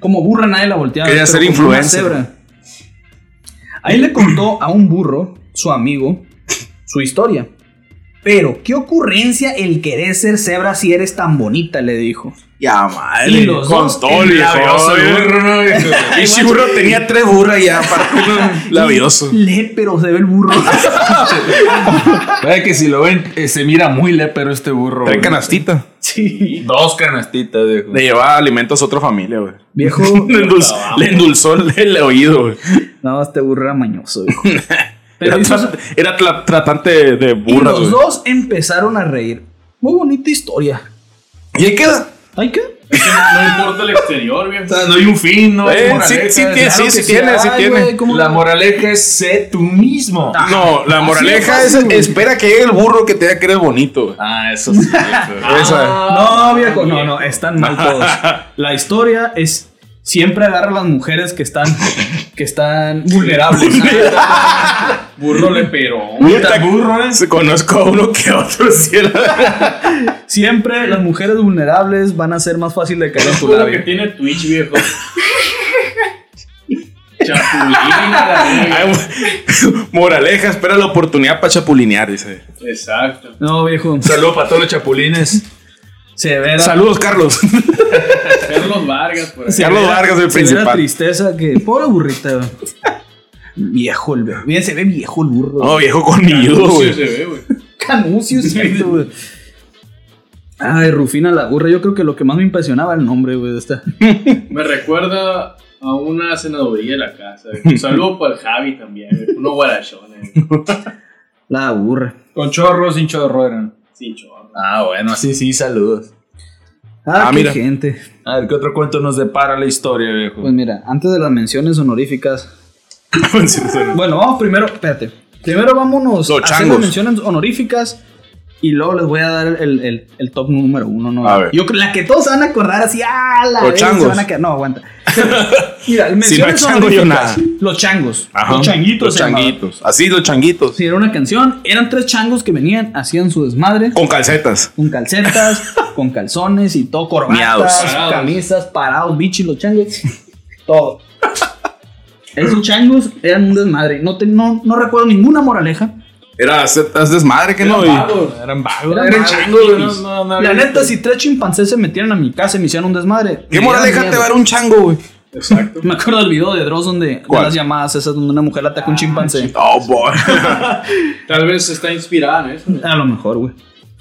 S3: Como burra nadie la volteaba.
S4: Quería
S3: pero
S4: ser
S3: como una
S4: influencer.
S3: cebra. Ahí le contó a un burro, su amigo, su historia. Pero, ¿qué ocurrencia el querer ser cebra si eres tan bonita? Le dijo.
S4: Ya, madre.
S3: Y los
S4: Con
S3: dos
S4: todo el labioso, burro, ¿no? Y si burro tenía tres burras ya, para labioso.
S3: Lépero se ve el burro.
S7: Vaya que si lo ven, eh, se mira muy lépero este burro.
S4: Trae
S7: güey.
S4: canastita.
S7: Dos canastitas, viejo.
S4: Le llevaba alimentos a otra familia, güey.
S3: Viejo.
S4: Le, endulz- le endulzó el, el oído, güey.
S3: No, este burro era mañoso, viejo.
S4: Era,
S3: Pero hizo-
S4: tra- era tra- tratante de
S3: y
S4: burras,
S3: los
S4: güey.
S3: dos empezaron a reír. Muy bonita historia.
S4: Y ahí queda.
S3: ¿Ay qué?
S5: No importa el exterior, viejo.
S7: No hay un fin, no
S4: Eh,
S7: hay
S4: sí,
S7: moraleja.
S4: sí, tiene-
S7: Claro
S4: sí, sí
S7: que eh,
S4: tiene, sí
S3: Ay, güey,
S4: tiene.
S3: ¿cómo
S7: La
S3: no?
S7: moraleja es sé tú mismo.
S4: No, la moraleja es, espera que llegue el burro que te diga que eres bonito, Ah, güey.
S7: Ah, eso sí.
S4: Esa.
S3: No, viejo, no, no, están mal todos. La historia es siempre agarra a las mujeres que están que están vulnerables.
S5: Burro le peró.
S4: Puta,
S7: eh.
S4: se Conozco a uno que a otro sí era-
S3: Siempre las mujeres vulnerables van a ser más fácil de caer en tu
S5: Todo lo que
S3: labio.
S5: tiene Twitch, viejo. Chapulín, la
S4: Ay, mo- Moraleja, espera la oportunidad para chapulinear, dice.
S5: verga. Exacto.
S3: No, viejo,
S7: Saludos para todos los chapulines.
S3: severa,
S4: Saludos, Carlos.
S5: Carlos Vargas, por ahí.
S4: Carlos Vargas,
S3: severa
S4: el principal.
S3: tristeza que pobre burrita. güey. Viejo el burro. Mira, se ve viejo el burro.
S4: No, Oh, viejo conmigo,
S5: Lucio
S4: güey.
S5: se ve, güey.
S3: Canucio, cierto, güey. Ay, Rufina la burra, yo creo que lo que más me impresionaba era el nombre, güey, de esta.
S5: Me recuerda a una cenadoría de la casa. güey. Un saludo para el Javi también, güey. Uno guarachona, güey.
S3: La burra.
S7: Con chorro, sin chorro eran.
S5: Sin chorro.
S7: Ah, bueno, así sí, saludos.
S3: Ah,
S4: Ah,
S3: qué
S4: mira.
S3: gente.
S7: A ver, ¿qué otro cuento nos depara la historia, viejo?
S3: Pues mira, antes de las menciones honoríficas. Bueno, vamos primero, espérate. Primero vámonos
S4: Los
S3: a hacer las
S4: changos.
S3: menciones honoríficas y luego les voy a dar el, el- el top número uno, ¿no?
S4: A ver.
S3: Yo, creo- la que todos se van a acordar así, ah, la
S4: Los
S3: vez, se
S4: changos.
S3: van a quedar- No, aguanta. Mira,
S4: Si no hay
S3: menciones
S4: chango, yo
S3: honoríficas.
S4: nada.
S3: Los changos.
S4: Ajá.
S3: Los changuitos.
S4: Los
S3: se llamaban.
S4: changuitos. Así, los changuitos.
S3: Sí, era una canción. Eran tres changos que venían, hacían su desmadre.
S4: Con calcetas.
S3: Con calcetas, con calzones y todo, corbatas,
S4: Miados.
S5: Parados.
S3: camisas, parados, bichis, los changos, todo. Esos changos eran un desmadre. No, te- no, no recuerdo ninguna moraleja.
S4: Era, haz haz desmadre que no. Y-
S7: Eran vagos.
S3: Eran
S7: Eran
S3: vagos,
S7: changos,
S3: sí.
S7: no, no, no
S3: La
S7: había-
S3: neta, si tres chimpancés se metieran a mi casa y me hicieran un desmadre.
S4: ¿Qué
S3: me
S4: moraleja
S3: dieran
S4: te va a
S3: miedo.
S4: dar un chango, güey?
S3: Me acuerdo del video de Dross donde de
S4: ¿Cuál?
S3: las llamadas esas donde una mujer ataca a
S7: Ah,
S3: un chimpancé.
S4: Oh, boy.
S5: Tal vez está inspirada en eso.
S3: A lo mejor, güey.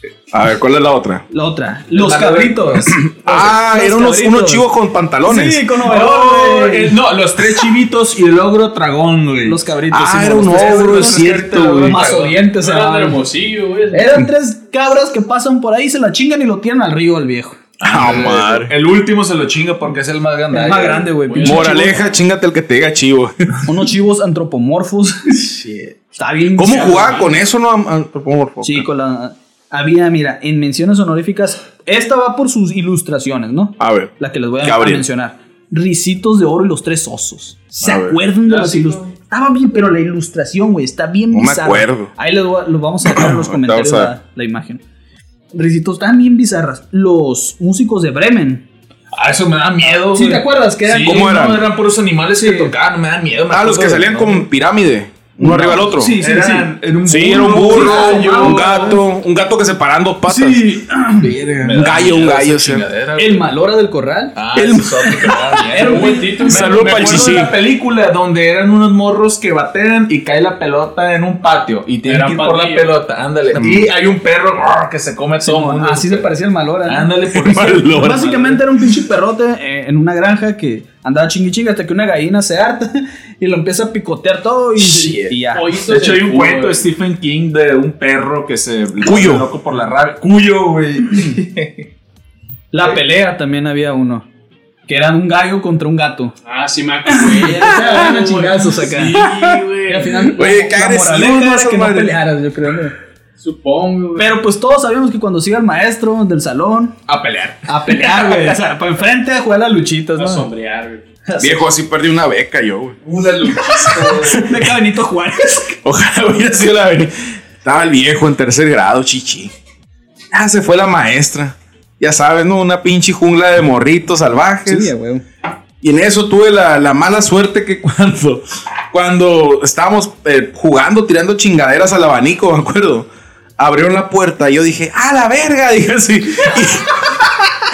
S4: A ver, ¿cuál es la otra?
S3: La otra, los cabritos.
S4: Ah,
S3: los
S4: eran unos,
S3: cabritos.
S4: unos chivos con pantalones.
S3: Sí, con
S7: Oh,
S3: overol, güey.
S7: eh, no, los tres chivitos y el ogro dragón, güey.
S3: Los cabritos.
S4: Ah,
S3: sí,
S4: era
S3: los
S4: un
S3: tres,
S4: ogro,
S3: ¿no?
S4: es cierto, güey.
S3: Más odientes,
S5: Era de
S3: eran.
S5: hermosillo, güey.
S3: Eran tres cabras que pasan por ahí, se la chingan y lo tiran al río el viejo.
S4: Ah, madre.
S7: El último se lo chinga porque es el más grande.
S3: El más grande, güey. pinche
S4: Moraleja, chingate el que te diga chivo.
S3: chivo. Unos chivos antropomorfos. Está bien.
S4: ¿Cómo
S3: chido.
S4: jugaba con eso, no? Am- am- por favor.
S3: Sí, con la. Había, mira, en menciones honoríficas. Esta va por sus ilustraciones, ¿no?
S4: A ver.
S3: La que les voy a,
S4: Gabriel.
S3: mencionar. Risitos de oro y los tres osos. ¿Se
S4: A ver.
S3: acuerdan de
S5: Ah,
S3: las
S5: sí,
S3: ilustraciones? Estaba bien, pero la ilustración, güey, está bien
S4: No me
S3: bizarra.
S4: acuerdo.
S3: Ahí les voy a- los vamos a dejar en los
S4: Ahorita
S3: comentarios
S4: vamos a
S3: la, la imagen. Risitos tan bien bizarras. Los músicos de Bremen.
S7: Ah, eso me da miedo, güey.
S3: ¿Sí te acuerdas que eran
S7: Sí,
S4: ¿Cómo
S7: no,
S4: eran?
S7: eran puros animales que tocaban, me da miedo. me
S4: Ah, los
S7: acuerdo
S4: que
S7: de
S4: salían
S7: nombre.
S4: con pirámide. uno arriba del otro.
S3: Sí, sí, sí.
S6: Eran- era un
S4: Sí, era un
S6: burro,
S4: burro,
S6: un gallo.
S4: un gato, un gato que se paran dos patas.
S3: Sí,
S4: Un gallo, un gallo. sí.
S3: el malora del corral.
S6: Ah,
S4: El-
S6: Era un buen título.
S4: Saludo
S6: Me
S4: pa'l
S6: acuerdo
S4: Sisi.
S6: de la película donde eran unos morros que batean y cae la pelota en un patio y tienen
S5: Era
S6: que ir por la
S5: pandilla.
S6: pelota. Ándale. Y hay un perro grr, que se come todo el mundo.
S3: Así se parecía el malora. Ah, ¿no?
S6: Ándale por eso.
S4: Valor.
S3: Básicamente era un pinche perrote eh, en una granja que andaba chingui chingue hasta que una gallina se harta y lo empieza a picotear todo y,
S6: Shit.
S3: y ya.
S5: Pollitos
S6: De hecho, hay
S5: del
S6: un
S5: culo,
S6: cuento de
S5: güey.
S6: Stephen King de un perro que se
S4: Cuyo.
S6: vuelve loco por la rabia. Cuyo, güey.
S3: La pelea también había uno. Que era un gallo contra un gato.
S5: Ah, sí, me acuerdo.
S3: Eran chingazos acá.
S5: Sí, güey.
S3: Y al final,
S4: Oye,
S3: la-
S4: qué
S3: la
S4: agresivo,
S3: moraleja
S4: esa
S3: era que no
S4: madre.
S3: pelearas, yo creo. ¿no?
S5: Supongo, güey.
S3: Pero pues todos sabíamos que cuando se iba el maestro del salón
S6: A pelear.
S3: a pelear, güey. O sea, para enfrente a jugar las luchitas,
S5: A
S3: ¿no?
S5: sombrear, güey.
S4: Viejo, así perdí una beca yo, güey.
S6: Una luchista.
S3: De Cabenito Juárez.
S4: Ojalá hubiera sido la avenida. Estaba el viejo en tercer grado, chichi. Ah, se fue la maestra. Ya sabes, ¿no? Una pinche jungla de morritos salvajes.
S3: Sí, güey.
S4: Y en eso tuve la, la mala suerte que cuando, cuando estábamos eh, jugando, tirando chingaderas al abanico, me acuerdo, abrieron la puerta y yo dije, ¡ah, la verga! Dije así.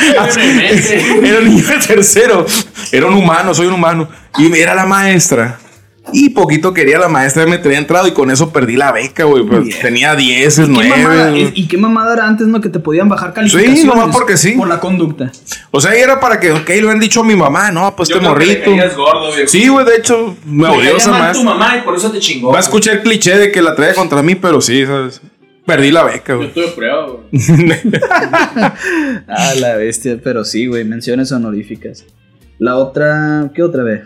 S4: Y- era un niño de tercero, era un humano, soy un humano. Y era la maestra. Y poquito quería la maestra, me tenía entrado y con eso perdí la beca, güey. pues, Tenía 10,
S3: ¿Qué mamada,
S4: 9.
S3: y, y qué mamada era antes, ¿no? Que te podían bajar calificaciones.
S4: nomás porque sí.
S3: Por la conducta.
S4: O sea, y era para que, ok, lo han dicho a mi mamá, no, pues este morrito.
S6: Es gordo, viejo.
S4: Sí, güey, de hecho, me odió esa
S6: a
S4: maestra.
S6: tu mamá y por eso te chingó.
S4: Va a escuchar el cliché de que la trae contra mí, pero sí, ¿sabes? Perdí la beca,
S5: Yo
S4: güey.
S5: estuve prueba, güey.
S3: Ah, la bestia, pero sí, güey, menciones honoríficas. La otra, ¿qué otra vez?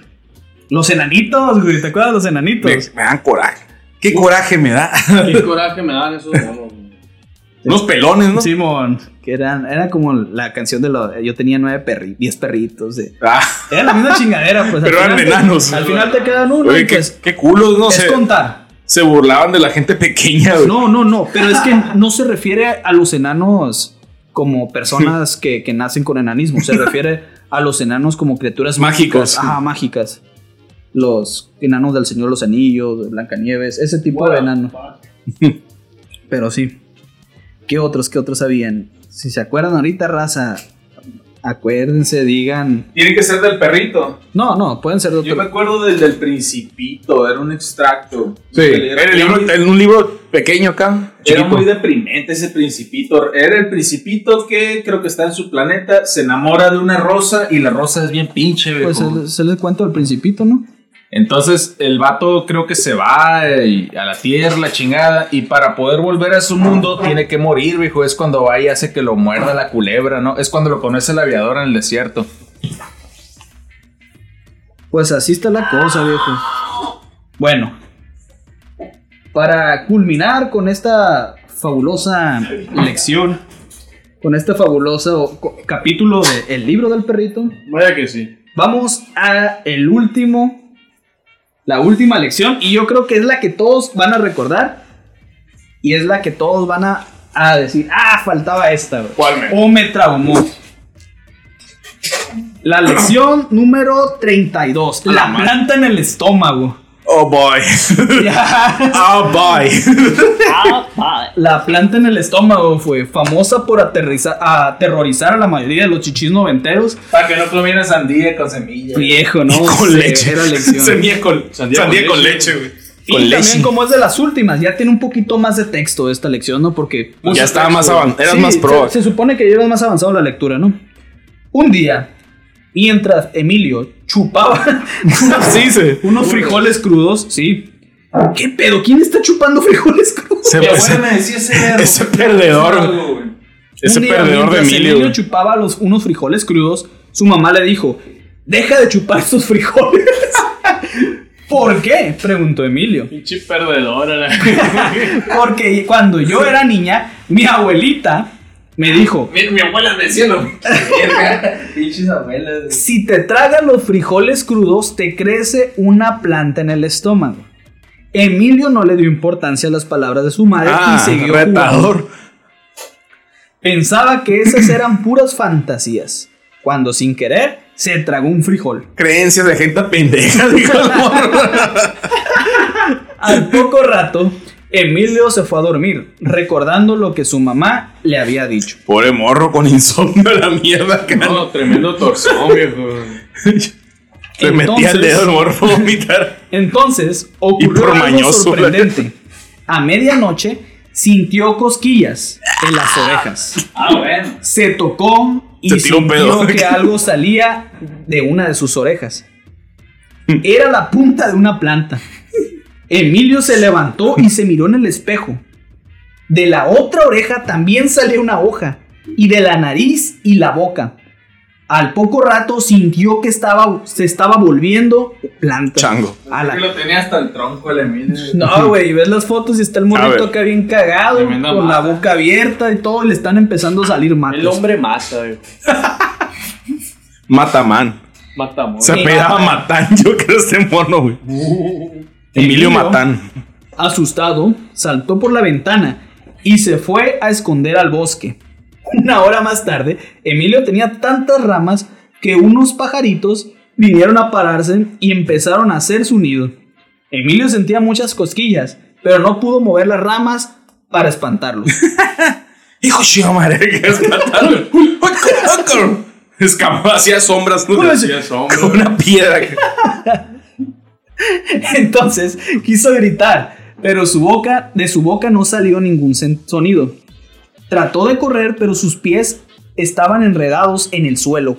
S3: Los enanitos, güey, ¿te acuerdas de los
S4: Me,
S3: enanitos?
S4: me dan coraje. ¿Qué coraje me da?
S5: Qué coraje me dan esos monos, güey.
S4: Unos pelones, ¿no?
S3: Simón, que eran, era como la canción de los, yo tenía nueve perritos, diez perritos, de,
S4: Ah,
S3: era la misma chingadera, pues. al
S4: Pero eran
S3: final te-
S4: enanos.
S3: Al final te quedan uno,
S4: oye,
S3: y
S4: qué,
S3: pues,
S4: qué culos, ¿no?
S3: es
S4: Se,
S3: contar.
S4: se burlaban de la gente pequeña, güey.
S3: No, no, no, pero es que no se refiere a los enanos como personas que, que nacen con enanismo, se refiere a los enanos como criaturas
S4: Mágicos.
S3: mágicas. Ajá, mágicas. Los enanos del Señor de los Anillos, de Blancanieves, ese tipo de enano. Pero sí. ¿Qué otros, qué otros habían? Si se acuerdan ahorita, raza, acuérdense, digan.
S6: Tiene que ser del perrito.
S3: No, no, pueden ser de
S6: Yo
S3: otro.
S6: me acuerdo del del Principito, era un extracto.
S4: Sí,
S6: Era,
S4: en, el libro, en un libro pequeño acá.
S6: era
S4: chiquito.
S6: muy deprimente ese Principito. Era el Principito que creo que está en su planeta, se enamora de una rosa y la rosa es bien pinche, viejo.
S3: Pues se, se les cuento el principito, ¿no?
S6: Entonces el vato creo que se va eh, y a la tierra, la chingada, y para poder volver a su mundo tiene que morir, viejo. Es cuando va y hace que lo muerda la culebra, ¿no? Es cuando lo conoce el aviador en el desierto.
S3: Pues así está la cosa, viejo. Bueno, para culminar con esta fabulosa lección, con este fabuloso co- capítulo de El libro del perrito,
S5: Vaya que sí.
S3: vamos a el último, la última lección y yo creo que es la que todos van a recordar y es la que todos van a, a decir, ah, faltaba esta, bro". o me traumó. La lección número 32, la planta en el estómago.
S4: Oh, boy. oh, boy.
S3: La planta en el estómago fue famosa por aterriza- aterrorizar a la mayoría de los chichis noventeros.
S6: Para que no comiera sandía con semillas.
S3: Viejo, ¿no?
S4: con
S3: Sí,
S4: leche.
S3: Era lección.
S4: Sandía con,
S5: Sandía
S4: sandía
S5: con
S4: con leche, güey.
S3: Y
S4: Con
S3: también
S4: leche.
S3: como es de las últimas, ya tiene un poquito más de texto esta lección, ¿no? Porque...
S4: Ya estaba más avanzado. Eras
S3: Sí,
S4: más pro.
S3: Se, se supone que llevas más avanzado la lectura, ¿no? Un día, mientras Emilio chupaba
S4: Sí, se,
S3: unos frijoles crudos, sí. ¿Qué pedo? ¿Quién está chupando frijoles crudos?
S4: se,
S6: Mi abuela
S4: ese,
S6: me decía ese,
S4: ese perdedor, güey.
S6: güey.
S4: ese
S3: Un día,
S4: perdedor de
S3: mientras
S4: Emilio. güey.
S3: chupaba los, unos frijoles crudos, su mamá le dijo, deja de chupar sus frijoles. ¿Por qué? Preguntó Emilio.
S5: Pinche perdedora, la-
S3: Porque cuando yo era niña, mi abuelita me dijo,
S6: Mi, mi abuela me decía lo Pinches abuelas.
S3: si te tragas los frijoles crudos, te crece una planta en el estómago. Emilio no le dio importancia a las palabras de su madre
S4: Ah,
S3: y siguió jugando.
S4: retador.
S3: Pensaba que esas eran puras fantasías. Cuando sin querer se tragó un frijol.
S4: Creencias de gente pendeja, dijo el morro.
S3: Al poco rato, Emilio se fue a dormir, recordando lo que su mamá le había dicho.
S4: Pobre morro con insomnio a la mierda. Que
S5: No, tremendo torzón, viejo.
S4: se metía el dedo el morro a vomitar.
S3: Entonces ocurrió
S4: Y por
S3: algo
S4: mañoso,
S3: sorprendente. A medianoche sintió cosquillas en las orejas.
S5: Ah, bueno.
S3: Se tocó y
S4: Se tiró un
S3: sintió
S4: pedo.
S3: que algo salía de una de sus orejas. Era la punta de una planta. Emilio se levantó y se miró en el espejo. De la otra oreja también salía una hoja, y de la nariz y la boca. Al poco rato sintió que estaba, se estaba volviendo planta.
S4: Chango.
S3: A la
S7: Que lo tenía hasta el tronco el Emilio.
S3: no, güey, y ves las fotos y está el
S4: A ver.
S3: morrito acá bien cagado, con
S5: Tremenda
S3: la
S5: mata.
S3: boca abierta y todo, y le están empezando a salir matas.
S5: El hombre mata, viejo.
S4: Mataman.
S5: Matamor.
S4: Se apellidaba Matán, yo creo este morro, güey. Uh, Emilio Matán.
S3: Asustado, saltó por la ventana y se fue a esconder al bosque. Una hora más tarde, Emilio tenía tantas ramas que unos pajaritos vinieron a pararse y empezaron a hacer su nido. Emilio sentía muchas cosquillas, pero no pudo mover las ramas para espantarlos.
S4: Hijo de su madre, que es Matán. Escapó, hacía sombras ¿no? con una piedra.
S3: Entonces quiso gritar, pero su boca, de su boca no salió ningún sen- sonido. Trató de correr, pero sus pies estaban enredados en el suelo,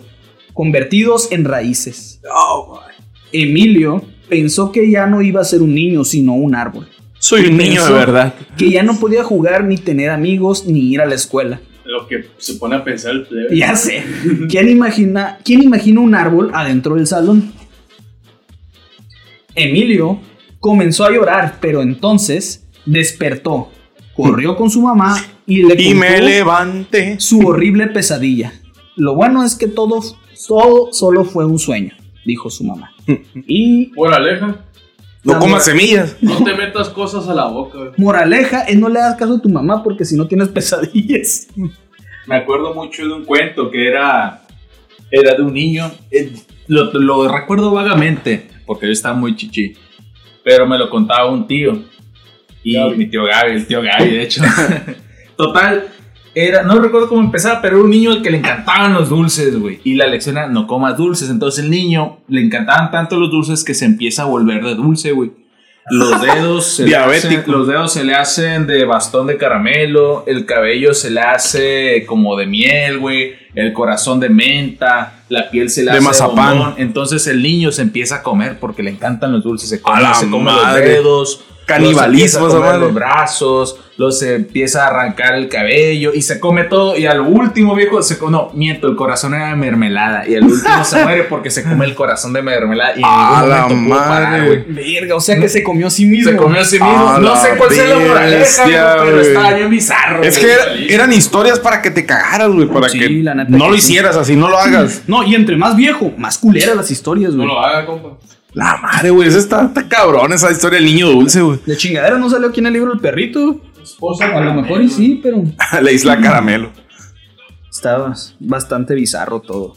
S3: convertidos en raíces. Emilio pensó que ya no iba a ser un niño, sino un árbol,
S4: Soy un niño de
S3: Pensó
S4: verdad.
S3: que ya no podía jugar ni tener amigos ni ir a la escuela.
S5: Lo que se pone a pensar el plebe.
S3: Ya sé. ¿Quién imagina, ¿Quién imagina un árbol adentro del salón? Emilio comenzó a llorar, pero entonces despertó, corrió con su mamá y le
S4: Y me
S3: contó
S4: levanté.
S3: su horrible pesadilla. Lo bueno es que todo, todo solo fue un sueño, dijo su mamá. Y
S5: Por aleja.
S4: No comas semillas.
S5: No te metas cosas a la boca, viejo.
S3: moraleja es no le hagas caso a tu mamá porque si no tienes pesadillas.
S7: Me acuerdo mucho de un cuento que era, era de un niño. eh, Lo, lo recuerdo vagamente, porque yo estaba muy chichi. Pero me lo contaba un tío. Y mi tío Gaby, el tío Gaby, de hecho. Total, era, no recuerdo cómo empezaba, pero era un niño al que le encantaban los dulces, güey. Y la lección era no comas dulces. Entonces el niño le encantaban tanto los dulces que se empieza a volver de dulce, güey. Los dedos se le hacen-
S4: Diabético.
S7: los dedos se le hacen de bastón de caramelo, el cabello se le hace como de miel, güey, el corazón de menta, la piel se le
S4: De
S7: hace
S4: mazapán.
S7: bombón. Entonces el niño se empieza a comer porque le encantan los dulces, se come,
S4: la
S7: se come
S4: madre.
S7: los dedos,
S4: Canibalismo, esa
S7: los empieza a comer
S4: madre.
S7: los brazos, los empieza a arrancar el cabello y se come todo y al último viejo se come, no, miento, el corazón era de mermelada y al último se muere porque se come el corazón de mermelada y en
S4: A
S7: ningún
S4: la
S7: momento pudo parar,
S4: madre.
S7: güey.
S3: Verga, o sea que se comió a sí mismo.
S7: Se comió a sí mismo.
S4: A
S7: no sé
S4: la
S7: cuál sea la moraleja,
S4: bestia,
S7: güey, pero
S4: güey.
S7: estaba bien bizarro.
S4: Es que
S7: güey.
S4: era- eran historias para que te cagaras, güey. Para
S3: Sí,
S4: que
S3: la neta
S4: no
S3: que
S4: lo
S3: sí.
S4: hicieras así, no lo hagas.
S3: No, y entre más viejo, más culera las historias,
S5: No
S3: güey.
S5: lo haga, compa.
S4: La madre, güey. Esa está, está cabrón, esa historia del niño dulce, güey.
S3: De chingadera no salió aquí en el libro el perrito.
S5: Esposa
S3: A lo mejor y sí, pero
S4: La isla caramelo.
S3: estaba bastante bizarro todo.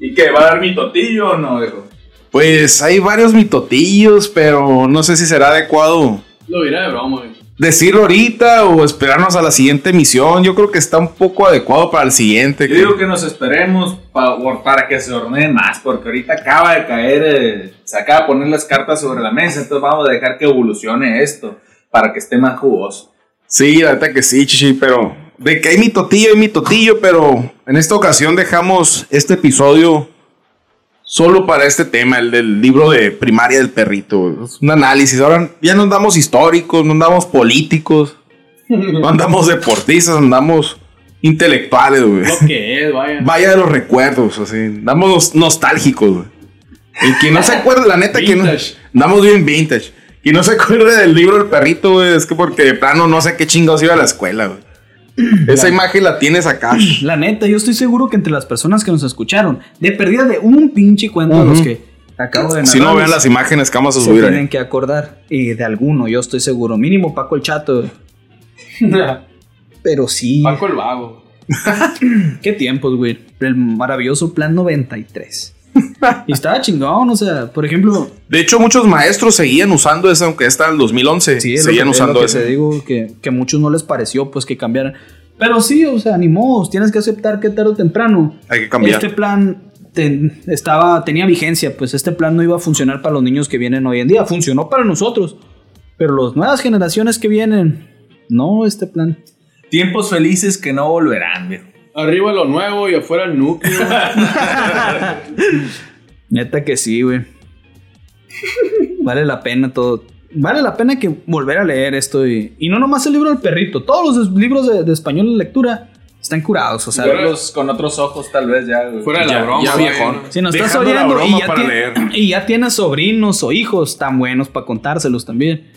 S7: ¿Y qué? ¿Va a dar mi totillo o no, viejo?
S4: Pues hay varios mitotillos, pero no sé si será adecuado
S5: Lo dirá de broma, viejo.
S4: decirlo ahorita o esperarnos a la siguiente emisión. Yo creo que está un poco adecuado para el siguiente.
S7: Yo
S4: que-
S7: digo que nos esperemos pa- o para que se hornee más, porque ahorita acaba de caer, eh, se acaba de poner las cartas sobre la mesa, entonces vamos a dejar que evolucione esto para que esté más jugoso.
S4: Sí, la neta que sí, chichi, pero de que hay mi totillo, hay mi totillo, pero en esta ocasión dejamos este episodio solo para este tema, el del libro de primaria del perrito. Es un análisis. Ahora ya no andamos históricos, no andamos políticos, no andamos deportistas, andamos intelectuales, güey.
S5: Lo que es, vaya.
S4: Vaya de los recuerdos, así. Andamos nos- nostálgicos, güey. Y quien no se acuerde, la neta, que no.
S5: Vintage.
S4: Andamos bien vintage. Y no se acuerde del libro El perrito, güey. Es que porque de plano no sé qué chingados iba a la escuela, güey. Esa imagen la tienes acá.
S3: La neta, yo estoy seguro que entre las personas que nos escucharon, de perdida de un pinche cuento de los
S4: Ujú.
S3: que acabo de narrar,
S4: Si no vean las imágenes que vamos a
S3: se
S4: subir
S3: tienen
S4: ahí.
S3: que acordar eh, de alguno, yo estoy seguro. Mínimo Paco el Chato. Pero sí,
S5: Paco el vago.
S3: qué tiempos, güey. El maravilloso Plan 93. Y estaba chingón, o sea, por ejemplo,
S4: De hecho, muchos maestros seguían usando esa, aunque está el 2011.
S3: Sí, es lo
S4: seguían
S3: que- es lo
S4: usando
S3: que
S4: esa.
S3: te digo que, que muchos no les pareció pues que cambiaran. Pero sí, o sea, ni modos, tienes que aceptar que tarde o temprano
S4: Hay que cambiar.
S3: este plan ten- estaba tenía vigencia, pues este plan no iba a funcionar para los niños que vienen hoy en día, funcionó para nosotros, pero las nuevas generaciones que vienen no este plan.
S6: Tiempos felices que no volverán, viejo.
S5: Arriba lo nuevo y afuera el núcleo.
S3: Neta que sí, güey. Vale la pena todo. Vale la pena que volver a leer esto y, y no nomás el libro del perrito, todos los es- libros de, de español de lectura están curados, o sea,
S6: Verlos con otros ojos, tal vez ya. güey.
S5: Fuera de la
S4: Ya-
S5: broma.
S4: ya
S5: güey.
S4: viejón.
S3: Si nos estás
S4: Dejando la
S3: oyendo y
S4: broma
S3: ya,
S4: para
S3: tie-
S4: leer.
S3: y ya tienes sobrinos o hijos tan buenos para contárselos también.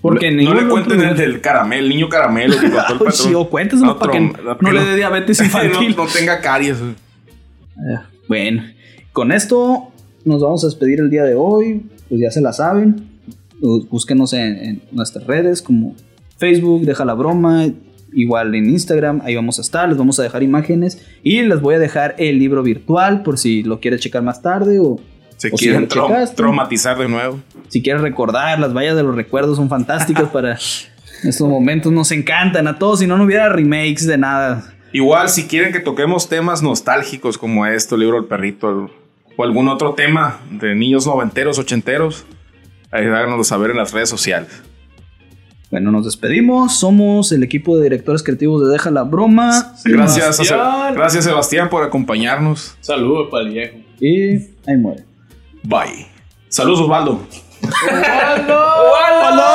S3: Porque en
S4: no
S3: ningún
S4: le
S3: otro
S4: cuenten
S3: lugar-
S4: el del caramelo, el niño caramelo que contó el
S3: Ay,
S4: patrón. Ah,
S3: sí, o cuéntenselo
S4: Otro-
S3: para que
S4: para
S3: no
S4: que
S3: le dé diabetes infantil.
S4: no, no tenga caries.
S3: Ah, Bueno, con esto nos vamos a despedir el día de hoy. Pues ya se la saben. Uh, Búsquenos en, en nuestras redes como Facebook, deja la broma. Igual en Instagram, ahí vamos a estar. Les vamos a dejar imágenes y les voy a dejar el libro virtual por si lo quieres checar más tarde o
S4: Se
S3: O si
S4: quieren
S3: lo
S4: trau-
S3: checaste.
S4: traumatizar de nuevo.
S3: si quieres recordar, las vallas de los recuerdos son fantásticas para estos momentos. Nos encantan a todos. Si no, no hubiera remakes de nada.
S4: Igual, si quieren que toquemos temas nostálgicos como esto, libro del perrito, el- o algún otro tema de niños noventeros, ochenteros, ahí háganoslo saber en las redes sociales.
S3: Bueno, nos despedimos. Somos el equipo de directores creativos de Deja la Broma.
S4: Gracias, a
S5: Sebastián.
S4: Seb- gracias Sebastián por acompañarnos.
S5: Saludos para el viejo.
S3: Y ahí muere.
S4: Bye. Saludos Osvaldo.
S5: ¡Hola!